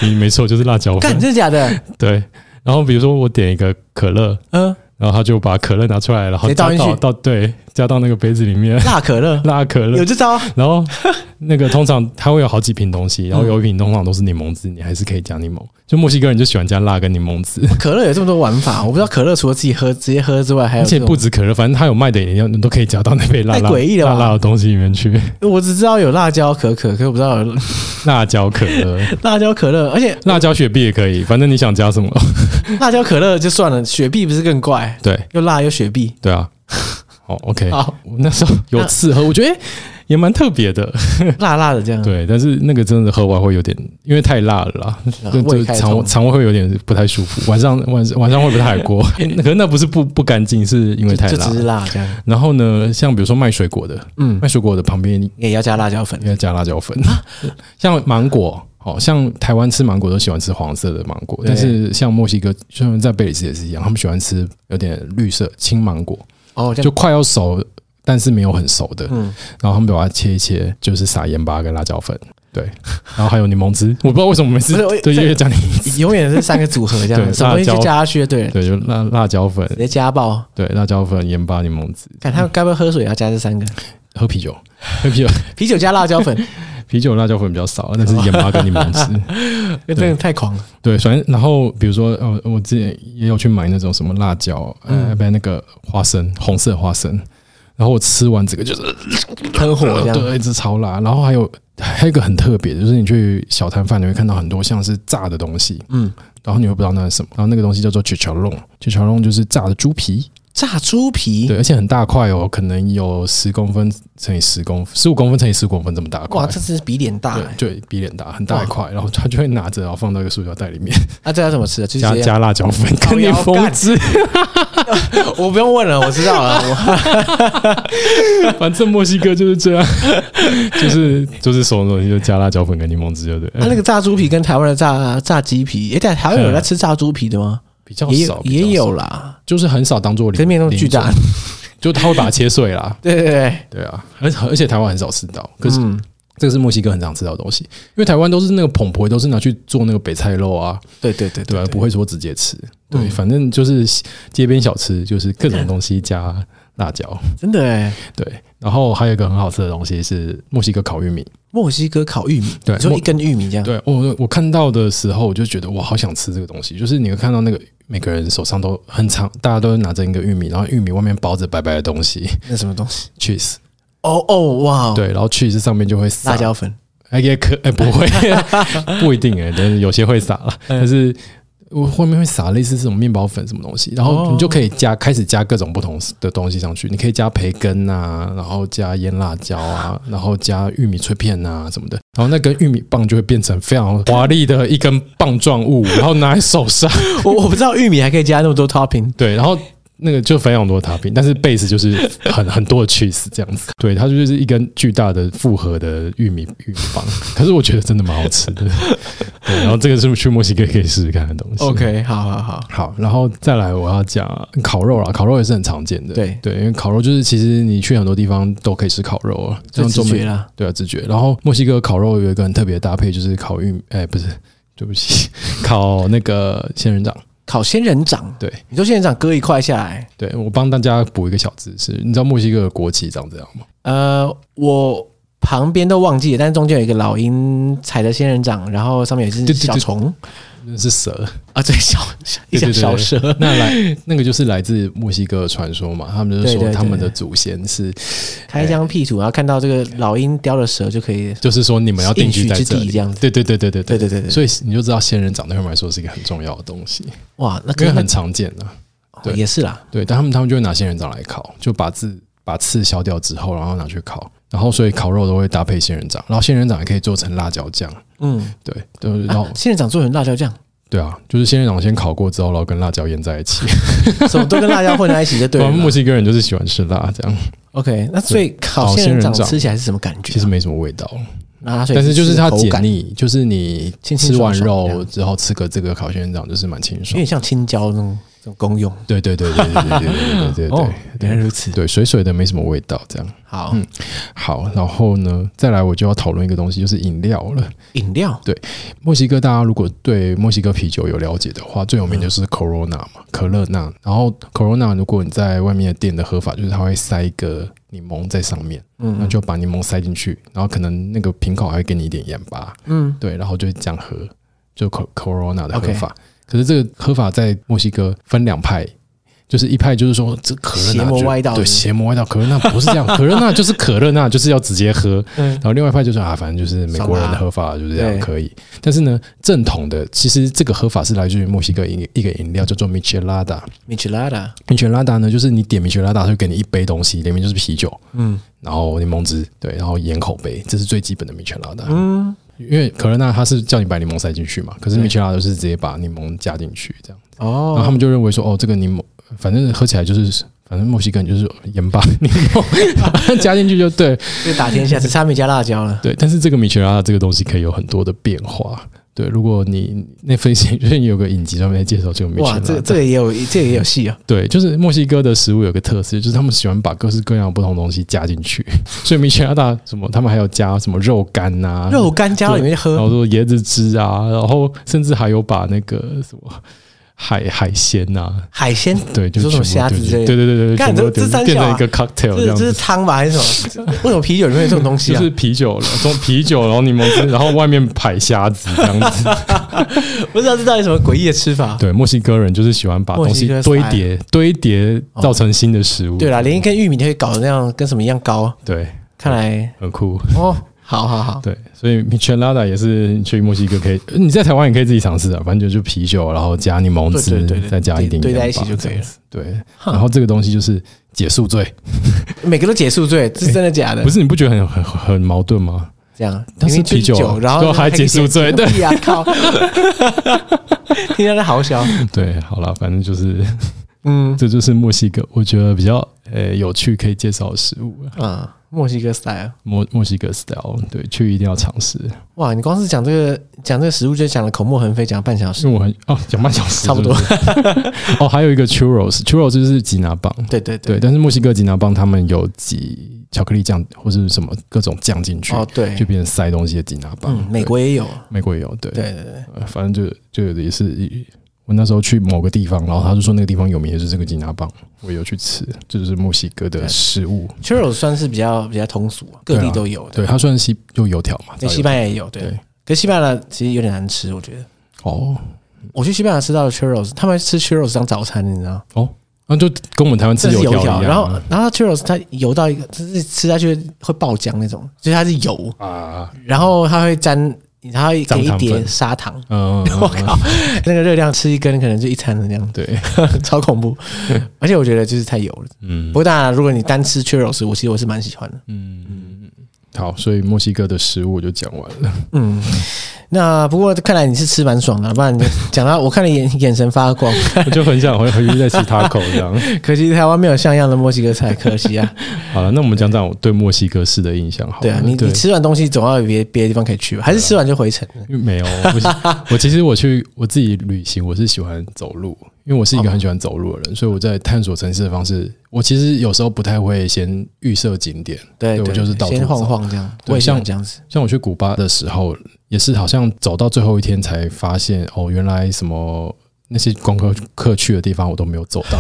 Speaker 2: 你没错，就是辣椒
Speaker 1: [laughs] 干
Speaker 2: 粉。
Speaker 1: 真的假
Speaker 2: [laughs]
Speaker 1: 的？
Speaker 2: 对，然后比如说我点一个可乐，
Speaker 1: 嗯，
Speaker 2: 然后他就把可乐拿出来，然后
Speaker 1: 直接倒
Speaker 2: 加
Speaker 1: 进去
Speaker 2: 到到对加到那个杯子里面， [laughs]
Speaker 1: 辣可乐
Speaker 2: 辣可乐
Speaker 1: 有这招啊？
Speaker 2: 然后那个通常它会有好几瓶东
Speaker 1: 嗯
Speaker 2: 西，然后有一瓶通常都是柠檬汁，你还是可以加柠檬。就墨西哥人就喜欢加辣跟柠檬汁，
Speaker 1: 可乐有这么多玩法，我不知道可乐除了自己喝直接喝之外，还有
Speaker 2: 而
Speaker 1: 这
Speaker 2: 且
Speaker 1: 种
Speaker 2: 不止可乐，反正它有卖的饮料，你都可以加到那杯辣辣
Speaker 1: 太诡异了吧
Speaker 2: 辣辣的东西里
Speaker 1: [laughs]
Speaker 2: 面去，
Speaker 1: 我只知道有辣椒可可，可我不知道有 [laughs]
Speaker 2: 辣椒可乐、
Speaker 1: 辣椒可乐，而且
Speaker 2: 辣椒雪碧也可以，反正你想加
Speaker 1: [laughs]
Speaker 2: 什么。
Speaker 1: 辣椒可乐就算了，雪碧不是更怪，
Speaker 2: 对
Speaker 1: 又辣又雪碧。
Speaker 2: 对啊，好 OK，
Speaker 1: 好，
Speaker 2: 我那时候有次喝，我觉得诶也蛮特别的，
Speaker 1: 辣辣的这样，
Speaker 2: 对，但是那个真的喝完会有点，因为太辣了啦，
Speaker 1: 啊
Speaker 2: 就
Speaker 1: 胃
Speaker 2: 就
Speaker 1: 开
Speaker 2: 肠
Speaker 1: 通
Speaker 2: 胃肠胃会有点不太舒服，晚上晚上晚上会不太好
Speaker 1: [laughs]
Speaker 2: 过。可是那不是不不干净，是因
Speaker 1: 就
Speaker 2: 为太
Speaker 1: 就
Speaker 2: 辣
Speaker 1: 只。是辣这样，
Speaker 2: 然后呢，像比如说卖水果的，
Speaker 1: 嗯，
Speaker 2: 卖水果的旁边
Speaker 1: 也要加辣椒粉，
Speaker 2: 应该加辣椒粉，
Speaker 1: 啊
Speaker 2: [laughs] 像芒果。哦，像台湾吃芒果都喜欢吃黄色的芒果，
Speaker 1: 对
Speaker 2: 但是像墨西哥，像在贝里斯也是一样，他们喜欢吃有点绿色青芒果，
Speaker 1: 哦，这
Speaker 2: 就
Speaker 1: 样，
Speaker 2: 快要熟，但是没有很熟的，
Speaker 1: 嗯，
Speaker 2: 然后他们把它切一切，就是撒盐巴跟辣椒粉，
Speaker 1: [laughs]
Speaker 2: 对，然后还有柠檬汁，我不知道为什么每次
Speaker 1: 不是我
Speaker 2: 对越讲柠檬汁，
Speaker 1: 永远是三个组合这样，
Speaker 2: [laughs] 对
Speaker 1: 什么东西
Speaker 2: 辣椒
Speaker 1: 就加下去就对了，
Speaker 2: 对，就辣辣椒粉，
Speaker 1: 直接加爆。
Speaker 2: 对，辣椒粉、盐巴、柠檬汁，
Speaker 1: 看他们该不会喝水也要加这三个，
Speaker 2: 喝啤酒， [laughs] 喝啤酒，
Speaker 1: 啤酒加辣椒
Speaker 2: [laughs]
Speaker 1: 粉，
Speaker 2: 啤酒辣椒粉比较少，
Speaker 1: 哦
Speaker 2: 但是盐巴跟柠檬
Speaker 1: [laughs]
Speaker 2: 汁，
Speaker 1: 真的太狂了。
Speaker 2: 对，反正然后比如说呃，我之前也有去买那种什么辣椒，呃，
Speaker 1: 嗯
Speaker 2: 不然那个花生，红色花生。然后我吃完这个就是
Speaker 1: 喷火这样，
Speaker 2: 对，一直超辣。然后还有还有一个很特别的，就是你去小摊贩你会看到很多像是炸的东西，
Speaker 1: 嗯，
Speaker 2: 然后你又不知道那是什么，然后那个东西叫做 chicharron，chicharron 就是炸的猪皮，
Speaker 1: 炸猪皮，
Speaker 2: 对，而且很大块哦，可能有十公分乘以十公十五公分乘以十公分这么大块
Speaker 1: 哇，，这真是比脸大、
Speaker 2: 对，
Speaker 1: 欸。
Speaker 2: 就比脸大，很大一
Speaker 1: 哇
Speaker 2: 块，然后他就会拿着，然后放到一个塑胶袋里面，
Speaker 1: 那、这要怎么吃啊？就
Speaker 2: 加
Speaker 1: 是
Speaker 2: 加辣椒粉，
Speaker 1: 靠
Speaker 2: 跟你
Speaker 1: 腰
Speaker 2: 疯
Speaker 1: 干
Speaker 2: 子，
Speaker 1: [laughs] 我不用问了，我知道
Speaker 2: [laughs]
Speaker 1: 了。我
Speaker 2: 反正墨西哥就是这样， [laughs] 就是就是什么东西就加辣椒粉跟柠檬汁，对不对
Speaker 1: 他、？那个炸猪皮跟台湾的炸炸鸡皮，诶，但台湾有人在吃炸猪皮的吗？
Speaker 2: 比较
Speaker 1: 也
Speaker 2: 嗯少
Speaker 1: 有，
Speaker 2: 比较
Speaker 1: 也
Speaker 2: 少
Speaker 1: 有，啦，
Speaker 2: 就是很少当做
Speaker 1: 可是
Speaker 2: 零
Speaker 1: 面那么巨大。，
Speaker 2: 零食就他会把它切碎啦， [laughs]
Speaker 1: 对对对，
Speaker 2: 对啊，而且而且台湾很少吃到，可是
Speaker 1: 嗯，
Speaker 2: 这个是墨西哥很常吃到的东西，因为台湾都是那个捧婆都是拿去做那个北菜肉啊，
Speaker 1: 对对对
Speaker 2: 对啊，不
Speaker 1: 会
Speaker 2: 会说直接吃，对，
Speaker 1: 嗯
Speaker 2: 反正就是街边小吃，就是各种东西加辣椒，
Speaker 1: 真的哎、
Speaker 2: 对。然后还有一个很好吃的东西是墨西哥烤玉米，
Speaker 1: 墨西哥烤玉米，
Speaker 2: 对
Speaker 1: 你说
Speaker 2: 墨
Speaker 1: 一根玉米这样，
Speaker 2: 对我我看到的时候我就觉得哇，好想吃这个东西，就是你会看到那个每个人手上都很长，大家都拿着一个玉米，然后玉米外面包着白白的东西
Speaker 1: 那什么东西？
Speaker 2: cheese，
Speaker 1: 哦哦哇，，
Speaker 2: 对，然后 cheese 上面就会撒
Speaker 1: 辣椒粉，
Speaker 2: 哎，也可哎、不
Speaker 1: [laughs]
Speaker 2: 会，不一定哎、但是有些会撒了，
Speaker 1: 嗯
Speaker 2: 但是我后面会撒类似这种面包粉什么东西，然
Speaker 1: 哦
Speaker 2: 后你就可以加、开始加各种不同的东西上去，你可以加培根啊，然后加腌辣椒啊，然后加玉米脆片啊什么的，然后那根玉米棒就会变成非常华丽的一根棒状物，然后拿在手上，
Speaker 1: 我我不知道玉米还可以加那么多 topping，
Speaker 2: 对，然后。那个就非常多的 topping，但是 base 就是很很多的 cheese 这样
Speaker 1: [laughs]
Speaker 2: 子，对，它就是一根巨大的复合的玉米玉米棒， [laughs] 可是我觉得真的蛮好吃的。 [laughs] 对，然后这个是去墨西哥可以试试看的东西。
Speaker 1: OK，好好好，
Speaker 2: 好，然后再来我要讲烤肉啦，烤肉也是很常见的。
Speaker 1: 对
Speaker 2: 对，因为烤肉就是其实你去很多地方都可以吃烤肉啊，
Speaker 1: 就
Speaker 2: 像
Speaker 1: 直
Speaker 2: 中
Speaker 1: 觉
Speaker 2: 美
Speaker 1: 啦，
Speaker 2: 对啊直觉。然后墨西哥烤肉有一个很特别的搭配，就是烤玉米，哎、不是，对不起， [laughs] 烤那个仙人掌。
Speaker 1: 烤仙人掌，
Speaker 2: 对，
Speaker 1: 你说仙人掌割一块下来，
Speaker 2: 对我帮大家补一个小知识，你知道墨西哥的国旗长这样吗？
Speaker 1: 呃，我旁边都忘记了，但是中间有一个老鹰踩着仙人掌，然后上面有一只
Speaker 2: 对对对
Speaker 1: 小虫
Speaker 2: 那是蛇， [laughs]
Speaker 1: 啊，对，小小 [laughs] 一条
Speaker 2: 对对对
Speaker 1: 小蛇，
Speaker 2: 那来那个就是来自墨西哥的传说嘛，他们就
Speaker 1: 对对
Speaker 2: 说
Speaker 1: 对
Speaker 2: 他们的祖先是，
Speaker 1: 开疆辟土，然后看到这个老鹰叼了蛇就可以，
Speaker 2: 就是说你们要定居在
Speaker 1: 应
Speaker 2: 这
Speaker 1: 许之
Speaker 2: 里
Speaker 1: 地这样子
Speaker 2: 对对对对对
Speaker 1: 对
Speaker 2: 对
Speaker 1: 对对对，
Speaker 2: 所以你就知道仙人掌对他们来说是一个很重要的东西，
Speaker 1: 哇，那
Speaker 2: 因
Speaker 1: 个
Speaker 2: 为很常见啊。对
Speaker 1: 也是啦，
Speaker 2: 对，但他们他们就会拿仙人掌来烤，就把刺把刺削掉之后，然后拿去烤，然后所以烤肉都会搭配仙人掌，然后仙人掌也可以做成辣椒酱。
Speaker 1: 嗯，
Speaker 2: 对，对，然后、
Speaker 1: 啊仙人掌做成辣椒
Speaker 2: [laughs]
Speaker 1: 酱，
Speaker 2: 对啊，就是仙人掌先烤过之后，然后跟辣椒腌在一起。
Speaker 1: 什么都跟辣椒混在一起 [laughs] 就对
Speaker 2: [laughs] 然后墨
Speaker 1: 了。
Speaker 2: 西哥人就是喜欢吃辣，这样
Speaker 1: OK，那所以烤
Speaker 2: 烤
Speaker 1: 仙人
Speaker 2: 哦仙人
Speaker 1: 掌
Speaker 2: 掌
Speaker 1: 吃起来是什么感觉啊？
Speaker 2: 其实没什么味道。
Speaker 1: 那它所以
Speaker 2: 但是就是它
Speaker 1: 口
Speaker 2: 解
Speaker 1: 感，有
Speaker 2: 腻，就是你
Speaker 1: 清清
Speaker 2: 吃
Speaker 1: 爽
Speaker 2: 完
Speaker 1: 爽这
Speaker 2: 肉
Speaker 1: 样
Speaker 2: 之后吃个这个烤仙人掌，就是蛮清爽
Speaker 1: 点。像青椒那种这种功用。
Speaker 2: 对对对对对对对对对
Speaker 1: 哦
Speaker 2: 对，
Speaker 1: 原来如此。
Speaker 2: 对水水的没什么味道，这样
Speaker 1: 好，
Speaker 2: 嗯好。然后呢，再来我就要讨论一个东西，就是饮料了。
Speaker 1: 饮料
Speaker 2: 墨西哥大家如果对墨西哥啤酒有了解的话，最有名就是 Corona 嘛，可乐那。然后 Corona 如果你在外面的店的喝法，就是它会塞一个柠檬在上面，
Speaker 1: 嗯
Speaker 2: 那就把柠檬塞进去，然后可能那个瓶口还会给你一点盐巴，
Speaker 1: 嗯，
Speaker 2: 对，然后就是这样喝，就 co- Corona 的
Speaker 1: OK
Speaker 2: 喝法。可是这个喝法在墨西哥分两派，就是一派就是说这可乐
Speaker 1: 邪魔
Speaker 2: 就
Speaker 1: 歪道
Speaker 2: 对
Speaker 1: 是不是
Speaker 2: 邪魔歪道，可乐那不是
Speaker 1: [laughs]
Speaker 2: 这样，可乐那就是可乐那就是要直接喝。
Speaker 1: 嗯
Speaker 2: 然后另外一派就说啊，反正就是美国人的喝法就是这
Speaker 1: 对
Speaker 2: 样可以。但是呢，正统的其实这个喝法是来自于墨西哥一个一个饮料叫做 Michelada。
Speaker 1: 米奇拉达，
Speaker 2: Michelada 呢，就是你点 Michelada，它会给你一杯东西，里面就是啤酒，
Speaker 1: 嗯
Speaker 2: 然后柠檬汁，对，然后盐口杯，这是最基本的 Michelada。
Speaker 1: 嗯，
Speaker 2: 因为可乐娜它是叫你把柠檬塞进去嘛，可是
Speaker 1: 对
Speaker 2: 米切拉都是直接把柠檬加进去这样，然后他
Speaker 1: 哦，
Speaker 2: 们就认为说，哦，这个柠檬反正喝起来就是，反正墨西哥人就是盐巴柠檬 [laughs] 把它加进去就对 [laughs]
Speaker 1: 这打天下只差没加辣椒了。
Speaker 2: 对，但是这个米切拉这个东西可以有很多的变化。对，如果你那份就是有个影集专门在介绍这个米切
Speaker 1: 哇，
Speaker 2: 拉，
Speaker 1: 这个这个也有，这个也有戏啊！
Speaker 2: 对，就是墨西哥的食物有个特色，就是他们喜欢把各式各样的不同东西加进去， [laughs] 所以米切拉大什么，他们还有加什么肉干啊呐、
Speaker 1: 肉干加到里面去
Speaker 2: 然
Speaker 1: 喝，
Speaker 2: 后说椰子汁啊，然后甚至还有把那个什么海海鲜呐、
Speaker 1: 海鲜，
Speaker 2: 对，就
Speaker 1: 你说什么
Speaker 2: 全
Speaker 1: 虾
Speaker 2: 部
Speaker 1: 子
Speaker 2: 丢进
Speaker 1: 之类的
Speaker 2: 对对对对，
Speaker 1: 干
Speaker 2: 全
Speaker 1: 这
Speaker 2: 部
Speaker 1: 这
Speaker 2: 丢进
Speaker 1: 三
Speaker 2: 变
Speaker 1: 小啊
Speaker 2: 成一个 cocktail 这
Speaker 1: 这
Speaker 2: 样
Speaker 1: 这是
Speaker 2: 子。
Speaker 1: 汤吧还是什
Speaker 2: [laughs]
Speaker 1: 么？为什么啤酒里面有这种东西
Speaker 2: 就
Speaker 1: 啊
Speaker 2: 是？啤酒了，从啤酒，然后
Speaker 1: [laughs]
Speaker 2: 柠檬汁，然后外面排虾子这样子。
Speaker 1: 不知道这到底什么诡异的吃法？
Speaker 2: 对，墨西哥人就是喜欢把东西
Speaker 1: 墨西哥哦
Speaker 2: 堆叠、堆叠，造成新的食物。
Speaker 1: 对啦，连一根玉米都可以搞得那样，跟什么一样高？
Speaker 2: 对，
Speaker 1: 看来
Speaker 2: 很酷。
Speaker 1: 哦，
Speaker 4: 好好好，
Speaker 2: 对，所以 Michelada 也是去墨西哥可以，呃你在台湾也可以自己尝试啊，反正就就啤酒，然后加柠檬汁，
Speaker 1: 对对对对
Speaker 2: 再加一点
Speaker 1: 对
Speaker 2: 盐
Speaker 1: 在
Speaker 2: 巴
Speaker 1: 一起就可
Speaker 2: 这
Speaker 1: 以
Speaker 2: 样
Speaker 1: 了嗯
Speaker 2: 子。对，然后这个东西就是解宿醉，
Speaker 1: 每个都解宿醉，这是真的假的？
Speaker 2: 不是你不觉得很很很矛盾吗？
Speaker 1: 这样，
Speaker 2: 但是
Speaker 1: 明明就是
Speaker 2: 啤酒啊
Speaker 1: 酒，然后
Speaker 2: 最后还
Speaker 1: 可以
Speaker 2: 解宿醉对
Speaker 1: [laughs] 屁啊靠！听到他好小，
Speaker 2: 对，好了，反正就是 [laughs]
Speaker 1: 嗯
Speaker 2: 这就是墨西哥，我觉得比较呃有趣可以介绍的食物啊，
Speaker 1: 啊，墨西哥 style。
Speaker 2: 墨墨西哥 style，对，去一定要尝试，
Speaker 1: 哇，你光是讲这个讲这个食物就讲了口沫横飞，讲了半小时
Speaker 2: 因。为我很哦讲半小时
Speaker 1: 差不多
Speaker 2: 是是哦，还有一个 churros，churros 就是吉拿棒，
Speaker 1: [laughs] 对对哦
Speaker 2: 对，但是墨西哥吉拿棒他们有挤巧克力酱或是什么各种酱进去，
Speaker 1: 哦对
Speaker 2: 就，变成塞东西的吉拿棒。
Speaker 1: 嗯，美国也有，
Speaker 2: 对美国也有，对，
Speaker 1: 对对对，
Speaker 2: 呃反正就就也是我那时候去某个地方，然后他就说那个地方有名的就是这个吉拿棒，我也有去吃，这就是墨西哥的食物。
Speaker 1: c h u 算是比较比较通俗，各地
Speaker 2: 对啊
Speaker 1: 都有的。
Speaker 2: 对，它虽然西就油条嘛，
Speaker 1: 在西
Speaker 2: 班
Speaker 1: 班牙也有，对。
Speaker 2: 对
Speaker 1: 可是西班牙的其实有点难吃，我觉得。
Speaker 2: 哦，
Speaker 1: 我去西班牙吃到的 churros，他们吃 churros 当早餐，你知道？
Speaker 2: 那哦啊就跟我们台湾吃
Speaker 1: 这是
Speaker 2: 油
Speaker 1: 油
Speaker 2: 条一
Speaker 1: 条，
Speaker 2: 样啊，
Speaker 1: 然后然后 churros 它油到一个，就是吃下去会爆浆那种，就是它是油，
Speaker 2: 啊，
Speaker 1: 然后它会沾，它会给
Speaker 2: 沾
Speaker 1: 一
Speaker 2: 糖
Speaker 1: 碟
Speaker 2: 分
Speaker 1: 砂糖， [laughs]
Speaker 2: 嗯，
Speaker 1: 我靠，那个热量吃一根可能就一餐的量，
Speaker 2: 对，
Speaker 1: 超恐怖。而且我觉得就是太油了。
Speaker 2: [laughs] 嗯
Speaker 1: 不过当然，如果你单吃 churros，我其实我是蛮喜欢的。
Speaker 2: 嗯，好，所以墨西哥的食物我就讲完了。
Speaker 1: 嗯，那不过看来你是吃蛮爽的，啊不然你讲到我看你眼眼神发光，
Speaker 2: 我就很想回回去再吃 taco 这样。
Speaker 1: 可惜台湾没有像样的墨西哥菜，可惜啊。
Speaker 2: 好了，那我们讲讲我对墨西哥式的啊印象好了。
Speaker 1: 对啊，你你吃完东西总要有别别的地方可以去吧？还是吃完就回程？
Speaker 2: 因为没有，我是
Speaker 1: [laughs]
Speaker 2: 我其实我去我自己旅行，我是喜欢走路，因为我是一个很喜欢走
Speaker 1: 哦
Speaker 2: 路的人，所以我在探索城市的方式，我其实有时候不太会先预设景点。
Speaker 1: 对
Speaker 2: 对我
Speaker 1: 对，
Speaker 2: 就是到处
Speaker 1: 先
Speaker 2: 走
Speaker 1: 晃晃这样，
Speaker 2: 对
Speaker 1: 我也想
Speaker 2: 像
Speaker 1: 这样子。
Speaker 2: 像我去古巴的时候，也是好像走到最后一天才发现，哦，原来什么。那些观光客去的地方我都没有走
Speaker 1: [laughs]
Speaker 2: 到，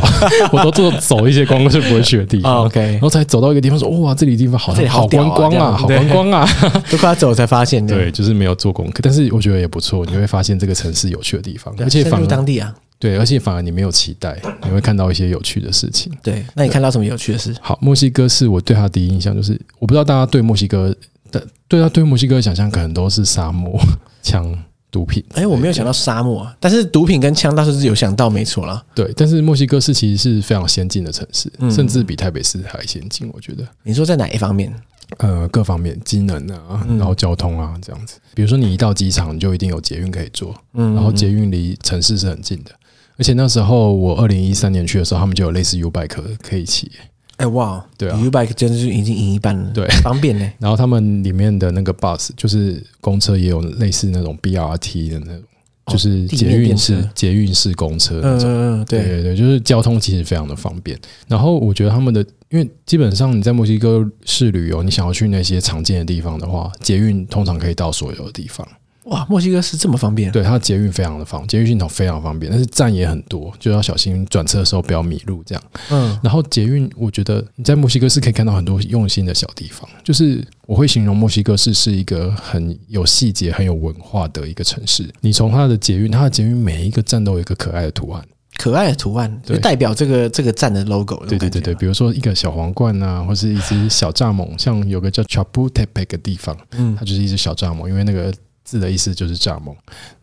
Speaker 2: 我都走走一些观光客不会去的地
Speaker 1: 啊
Speaker 2: 方，
Speaker 1: OK，
Speaker 2: 然后才走到一个地方说，哇，这里地方好
Speaker 1: 这里好
Speaker 2: 好观
Speaker 1: 屌啊
Speaker 2: 光
Speaker 1: 这
Speaker 2: 啊，
Speaker 1: 样
Speaker 2: 好
Speaker 1: 对
Speaker 2: 观光啊，
Speaker 1: 都快要走才发现，
Speaker 2: 对，，就是没有做功课，但是我觉得也不错，你会发现这个城市有趣的地方，
Speaker 1: 对啊
Speaker 2: 而且
Speaker 1: 深
Speaker 2: 反
Speaker 1: 入
Speaker 2: 而
Speaker 1: 当地啊。
Speaker 2: 对，而且反而你没有期待，你会看到一些有趣的事情。
Speaker 1: 对，那你看到什么有趣的事？
Speaker 2: 好，墨西哥是我对他的第一印象，就是我不知道大家对墨西哥的对他对墨西哥的想象可能都是沙漠、枪、毒品。
Speaker 1: 哎、我没有想到沙漠、啊，但是毒品跟枪倒是有想到，没错啦。
Speaker 2: 对，但是墨西哥市其实是非常先进的城市，
Speaker 1: 嗯
Speaker 2: 甚至比台北市还先进，我觉得。
Speaker 1: 你说在哪一方面？
Speaker 2: 呃，各方面机能啊，
Speaker 1: 嗯
Speaker 2: 然后交通啊，这样子。比如说你一到机场，你就一定有捷运可以坐，
Speaker 1: 嗯
Speaker 2: 然后捷运离城市是很近的。而且那时候我二零一三年去的时候，他们就有类似 U bike 可以骑，
Speaker 1: 哎、哇，
Speaker 2: 对啊
Speaker 1: u bike 真的是已经赢一半了，
Speaker 2: 对，
Speaker 1: 方便呢、
Speaker 2: 然后他们里面的那个 bus 就是公车，也有类似那种 BRT 的那种，
Speaker 1: 哦
Speaker 2: [laughs] 就是
Speaker 1: 地
Speaker 2: 捷
Speaker 1: 面
Speaker 2: 运
Speaker 1: 电
Speaker 2: 式
Speaker 1: 车
Speaker 2: 捷运式公车那
Speaker 1: 嗯
Speaker 2: 种。
Speaker 1: 嗯嗯，
Speaker 2: 对
Speaker 1: 对，
Speaker 2: 对对，就是交通其实非常的方便。然后我觉得他们的，因为基本上你在墨西哥市旅游，你想要去那些常见的地方的话，捷运通常可以到所有的地方。
Speaker 1: 哇，墨西哥是这么方便，啊
Speaker 2: 对，它的捷运非常的方，捷运系统非常方便，但是站也很多，就要小心转车的时候不要迷路这样。
Speaker 1: 嗯，
Speaker 2: 然后捷运，我觉得你在墨西哥是可以看到很多用心的小地方，就是我会形容墨西哥市是一个很有细节、很有文化的一个城市。你从它的捷运，它的捷运每一个站都有一个可爱的图案，
Speaker 1: 可爱的图案就
Speaker 2: 对
Speaker 1: 代表这个这个站的 logo，
Speaker 2: 对对对对，，比如说一个小皇冠啊，或是一只小蚱蜢，像有个叫 Chapultepec 的地方，
Speaker 1: 嗯
Speaker 2: 它就是一只小蚱蜢，因为那个字的意思就是蚱蜢，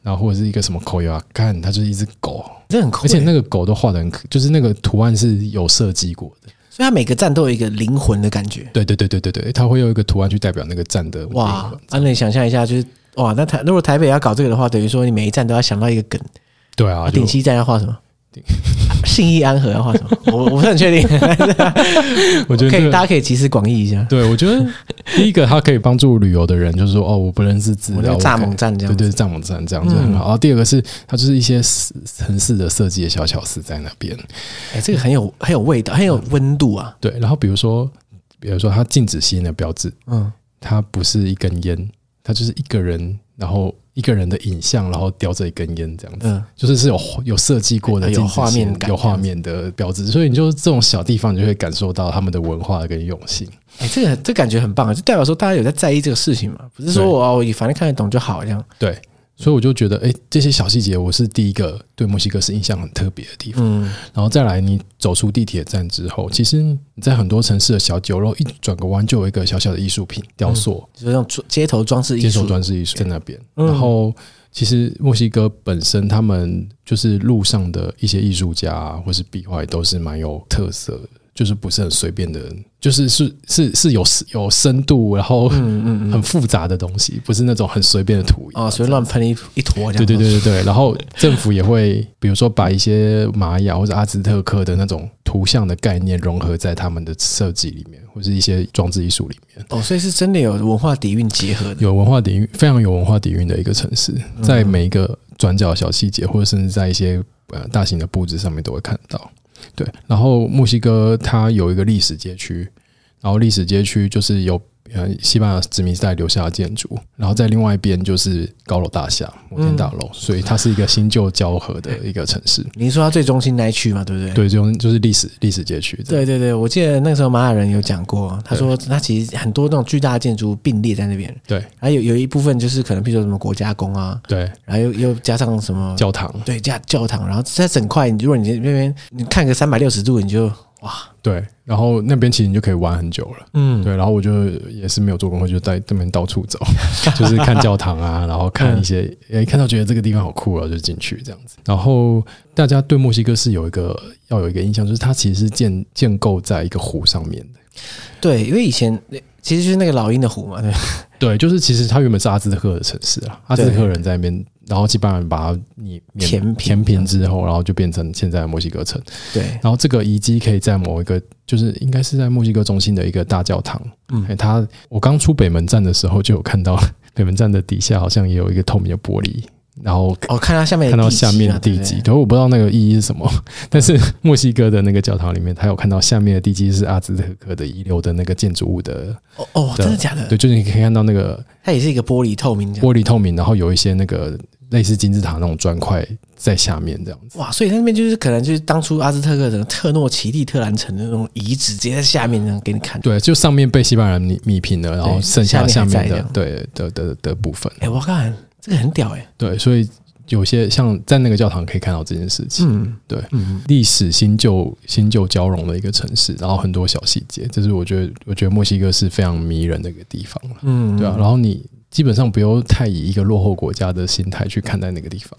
Speaker 2: 然后或者是一个什么 Coyoacan，它就是一只狗，
Speaker 1: 这很酷、欸
Speaker 2: 而且那
Speaker 1: 个，
Speaker 2: 个狗都画的很可，就是那个图案是有设计过的。
Speaker 1: 所以它每个站都有一个灵魂的感觉，
Speaker 2: 对对对对对对，它会有一个图案去代表那个站的
Speaker 1: 哇
Speaker 2: 灵
Speaker 1: 啊，
Speaker 2: 魂，
Speaker 1: 那你想象一下，就是哇，那台如果台北要搞这个的话，等于说你每一站都要想到一个梗，
Speaker 2: 对啊，
Speaker 1: 啊，
Speaker 2: 就
Speaker 1: 顶溪站要画什么？信义安和要画
Speaker 2: [laughs]
Speaker 1: 什么？我我不是很确定，
Speaker 2: 我觉
Speaker 1: [laughs]
Speaker 2: 得
Speaker 1: 可
Speaker 2: 这
Speaker 1: 以
Speaker 2: 个
Speaker 1: 大家可以集思广益一下。
Speaker 2: 对我觉得第一个它可以帮助旅游的人，就是说哦，我不认识字
Speaker 1: 我那个
Speaker 2: 料，我
Speaker 1: 蚱
Speaker 2: 可以
Speaker 1: 蜢站这样嗯
Speaker 2: 对对，蚱蜢站这样子很好。然后第二个是它就是一些死城市的设计的小巧思在那边，
Speaker 1: 哎、这个很有很有味道，很有
Speaker 2: 嗯
Speaker 1: 温度啊。
Speaker 2: 对。然后比如说，比如说它禁止吸烟的标志，
Speaker 1: 嗯，
Speaker 2: 它不是一根烟，它就是一个人，然后一个人的影像，然后叼着一根烟这样子，
Speaker 1: 嗯
Speaker 2: 就是是有有设计过的
Speaker 1: 哎有
Speaker 2: 禁止吸
Speaker 1: 画面
Speaker 2: 烟
Speaker 1: 感
Speaker 2: 有
Speaker 1: 这
Speaker 2: 画
Speaker 1: 样子
Speaker 2: 面的标志，所以你就这种小地方，你就会感受到他们的文化跟用心。
Speaker 1: 哎、这个这感觉很棒啊，就代表说大家有在在意这个事情嘛，不是说
Speaker 2: 对
Speaker 1: 我哦，我反正看得懂就好这样。
Speaker 2: 对，所以我就觉得，哎、这些小细节我是第一个对墨西哥是印象很特别的地方。
Speaker 3: 嗯，
Speaker 2: 然后再来，你走出地铁站之后，其实你在很多城市的小酒楼一转个弯就有一个小小的艺术品雕塑，
Speaker 1: 就是那种装街头装饰艺
Speaker 2: 接手
Speaker 1: 术，
Speaker 2: 装饰艺术在那边。
Speaker 3: 嗯
Speaker 2: 然后，其实墨西哥本身他们就是路上的一些艺术家、啊、或是壁画也都是蛮有特色的，就是不是很随便的，就是是是是有有深度，然后
Speaker 3: 嗯
Speaker 2: 很复杂的东西，不是那种很随便的图
Speaker 1: 啊，
Speaker 2: 样。
Speaker 1: 随便乱喷一一坨这样。
Speaker 2: 对对对对对，然后政府也会，比如说把一些玛雅或者阿兹特克的那种图像的概念融合在他们的设计里面，或是一些装置艺术里面，
Speaker 1: 哦，所以是真的有文化底蕴结合的。
Speaker 2: 有文化底蕴，非常有文化底蕴的一个城市，嗯在每一个转角小细节，或者甚至在一些呃大型的布置上面都会看到。对，然后墨西哥它有一个历史街区，然后历史街区就是有。呃，西班牙殖民时代留下的建筑，然后在另外一边就是高楼大厦、摩天大楼，所以它是一个新旧交合的一个城市。
Speaker 1: 你是说它最中心那一区嘛，对不对？
Speaker 2: 对，就就是历史历史街区。
Speaker 1: 对对对，我记得那个时候玛雅人有讲过，他说他其实很多那种巨大的建筑并列在那边，
Speaker 2: 对
Speaker 1: 然后有有一部分就是可能，譬如说什么国家宫啊，
Speaker 2: 对，
Speaker 1: 然后又又加上什么
Speaker 2: 教堂
Speaker 1: 对加教堂，然后在整块，你如果你那边你看个三百六十度，你就哇，
Speaker 2: 对，然后那边其实你就可以玩很久了。
Speaker 3: 嗯，
Speaker 2: 对，然后我就也是没有做功课，就在那边到处走， [laughs] 就是看教堂啊，然后
Speaker 1: 嗯
Speaker 2: 看一些，诶、看到觉得这个地方好酷啊，就进去这样子。然后大家对墨西哥是有一个要有一个印象，就是它其实是建建构在一个湖上面的。
Speaker 1: 对，因为以前其实就是那个老鹰的湖嘛，对，
Speaker 2: 对，就是其实它原本是阿兹特克的城市啊，阿兹特克人在那边，然后西班牙人把它你
Speaker 1: 填平
Speaker 2: 填平之后，然后就变成现在的墨西哥城。
Speaker 1: 对，
Speaker 2: 然后这个遗迹可以在某一个，就是应该是在墨西哥中心的一个大教堂。
Speaker 1: 嗯
Speaker 2: 嗯，它我刚出北门站的时候就有看到 [laughs] 北门站的底下好像也有一个透明的玻璃，然后
Speaker 1: 哦，看到下面的
Speaker 2: 看到
Speaker 1: 地基
Speaker 2: 下面
Speaker 1: 嘛
Speaker 2: 的地
Speaker 1: 对
Speaker 2: 基，
Speaker 1: 不
Speaker 2: 可是我不知道那个意义是什么。但是墨西哥的那个教堂里面，它有看到下面的地基是阿兹特克的遗留的那个建筑物的，
Speaker 1: 对哦哦，
Speaker 2: 对
Speaker 1: 真的假的？
Speaker 2: 对，就是你可以看到那个
Speaker 1: 它也是一个玻璃透明这样，
Speaker 2: 玻璃透明，然后有一些那个类似金字塔那种砖块在下面这样子。
Speaker 1: 哇，所以那边就是可能就是当初阿兹特克的特诺奇蒂特兰城的那种遗址，直接在下面这样给你看。
Speaker 2: 对，就上面被西班牙人米米平了，然后
Speaker 1: 对
Speaker 2: 剩下
Speaker 1: 下
Speaker 2: 下
Speaker 1: 面还在
Speaker 2: 面
Speaker 1: 这
Speaker 2: 的
Speaker 1: 样
Speaker 2: 对的的的部分。
Speaker 1: 哎、我看这个很屌哎、
Speaker 2: 对，所以有些像在那个教堂可以看到这件事情，
Speaker 1: 嗯，
Speaker 2: 对
Speaker 1: 嗯，
Speaker 2: 历史新旧新旧交融的一个城市，然后很多小细节，这是我觉得我觉得墨西哥是非常迷人的一个地方了，
Speaker 1: 嗯
Speaker 2: 对啊，然后你。基本上不用太以一个落后国家的心态去看待那个地方，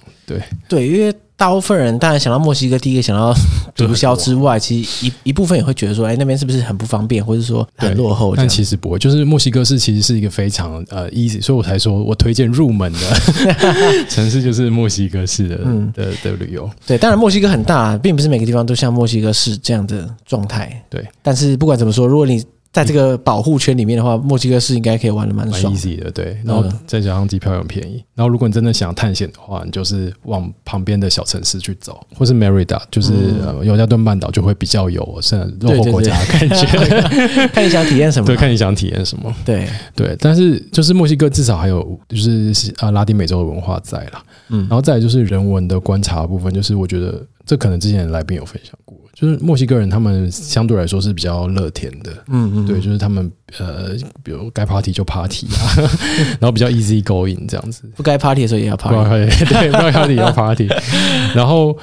Speaker 1: 对，因为大部分人当然想到墨西哥，第一个想到 [laughs]
Speaker 2: 就
Speaker 1: 毒枭
Speaker 2: 很多
Speaker 1: 之外，其实一一部分也会觉得说，哎、那边是不是很不方便，或者说很
Speaker 2: 对
Speaker 1: 落后这
Speaker 2: 但
Speaker 1: 样？
Speaker 2: 其实不会。就是墨西哥是其实是一个非常呃 easy，所以我才说我推荐
Speaker 1: [laughs]
Speaker 2: 入门的城市就是墨西哥市的、
Speaker 1: 嗯
Speaker 2: 的的旅游。
Speaker 1: 对，当然墨西哥很大，并不是每个地方都像墨西哥市这样的状态。
Speaker 2: 对，
Speaker 1: 但是不管怎么说，如果你在这个保护圈里面的话，墨西哥市应该可以玩的蛮
Speaker 2: 蛮
Speaker 1: 爽的。
Speaker 2: easy 的，对。然后再加上机票也很便宜。然后如果你真的想探险的话，你就是往旁边的小城市去走，或是 Merida，就是、呃尤加敦半岛就会比较有甚至落后国家的感
Speaker 1: [laughs]
Speaker 2: 觉。
Speaker 1: 看你想体验什么
Speaker 2: 对，
Speaker 1: 嘛？
Speaker 2: 看你想体验什么。
Speaker 1: 对，
Speaker 2: 对，但是就是墨西哥至少还有就是啊拉丁美洲的文化在啦，
Speaker 1: 嗯
Speaker 2: 嗯，然后再来就是人文的观察部分，就是我觉得这可能之前的来宾有分享过，就是墨西哥人他们相对来说是比较乐天的，
Speaker 1: 嗯嗯，
Speaker 2: 对，就是他们呃，比如该 party 就 party 啊， [laughs] 然后比较 easy going 这样子，
Speaker 1: 不该 party 的时候也要
Speaker 2: 不要
Speaker 1: party。
Speaker 2: party，对，不要 party 要
Speaker 1: [laughs]
Speaker 2: party。然后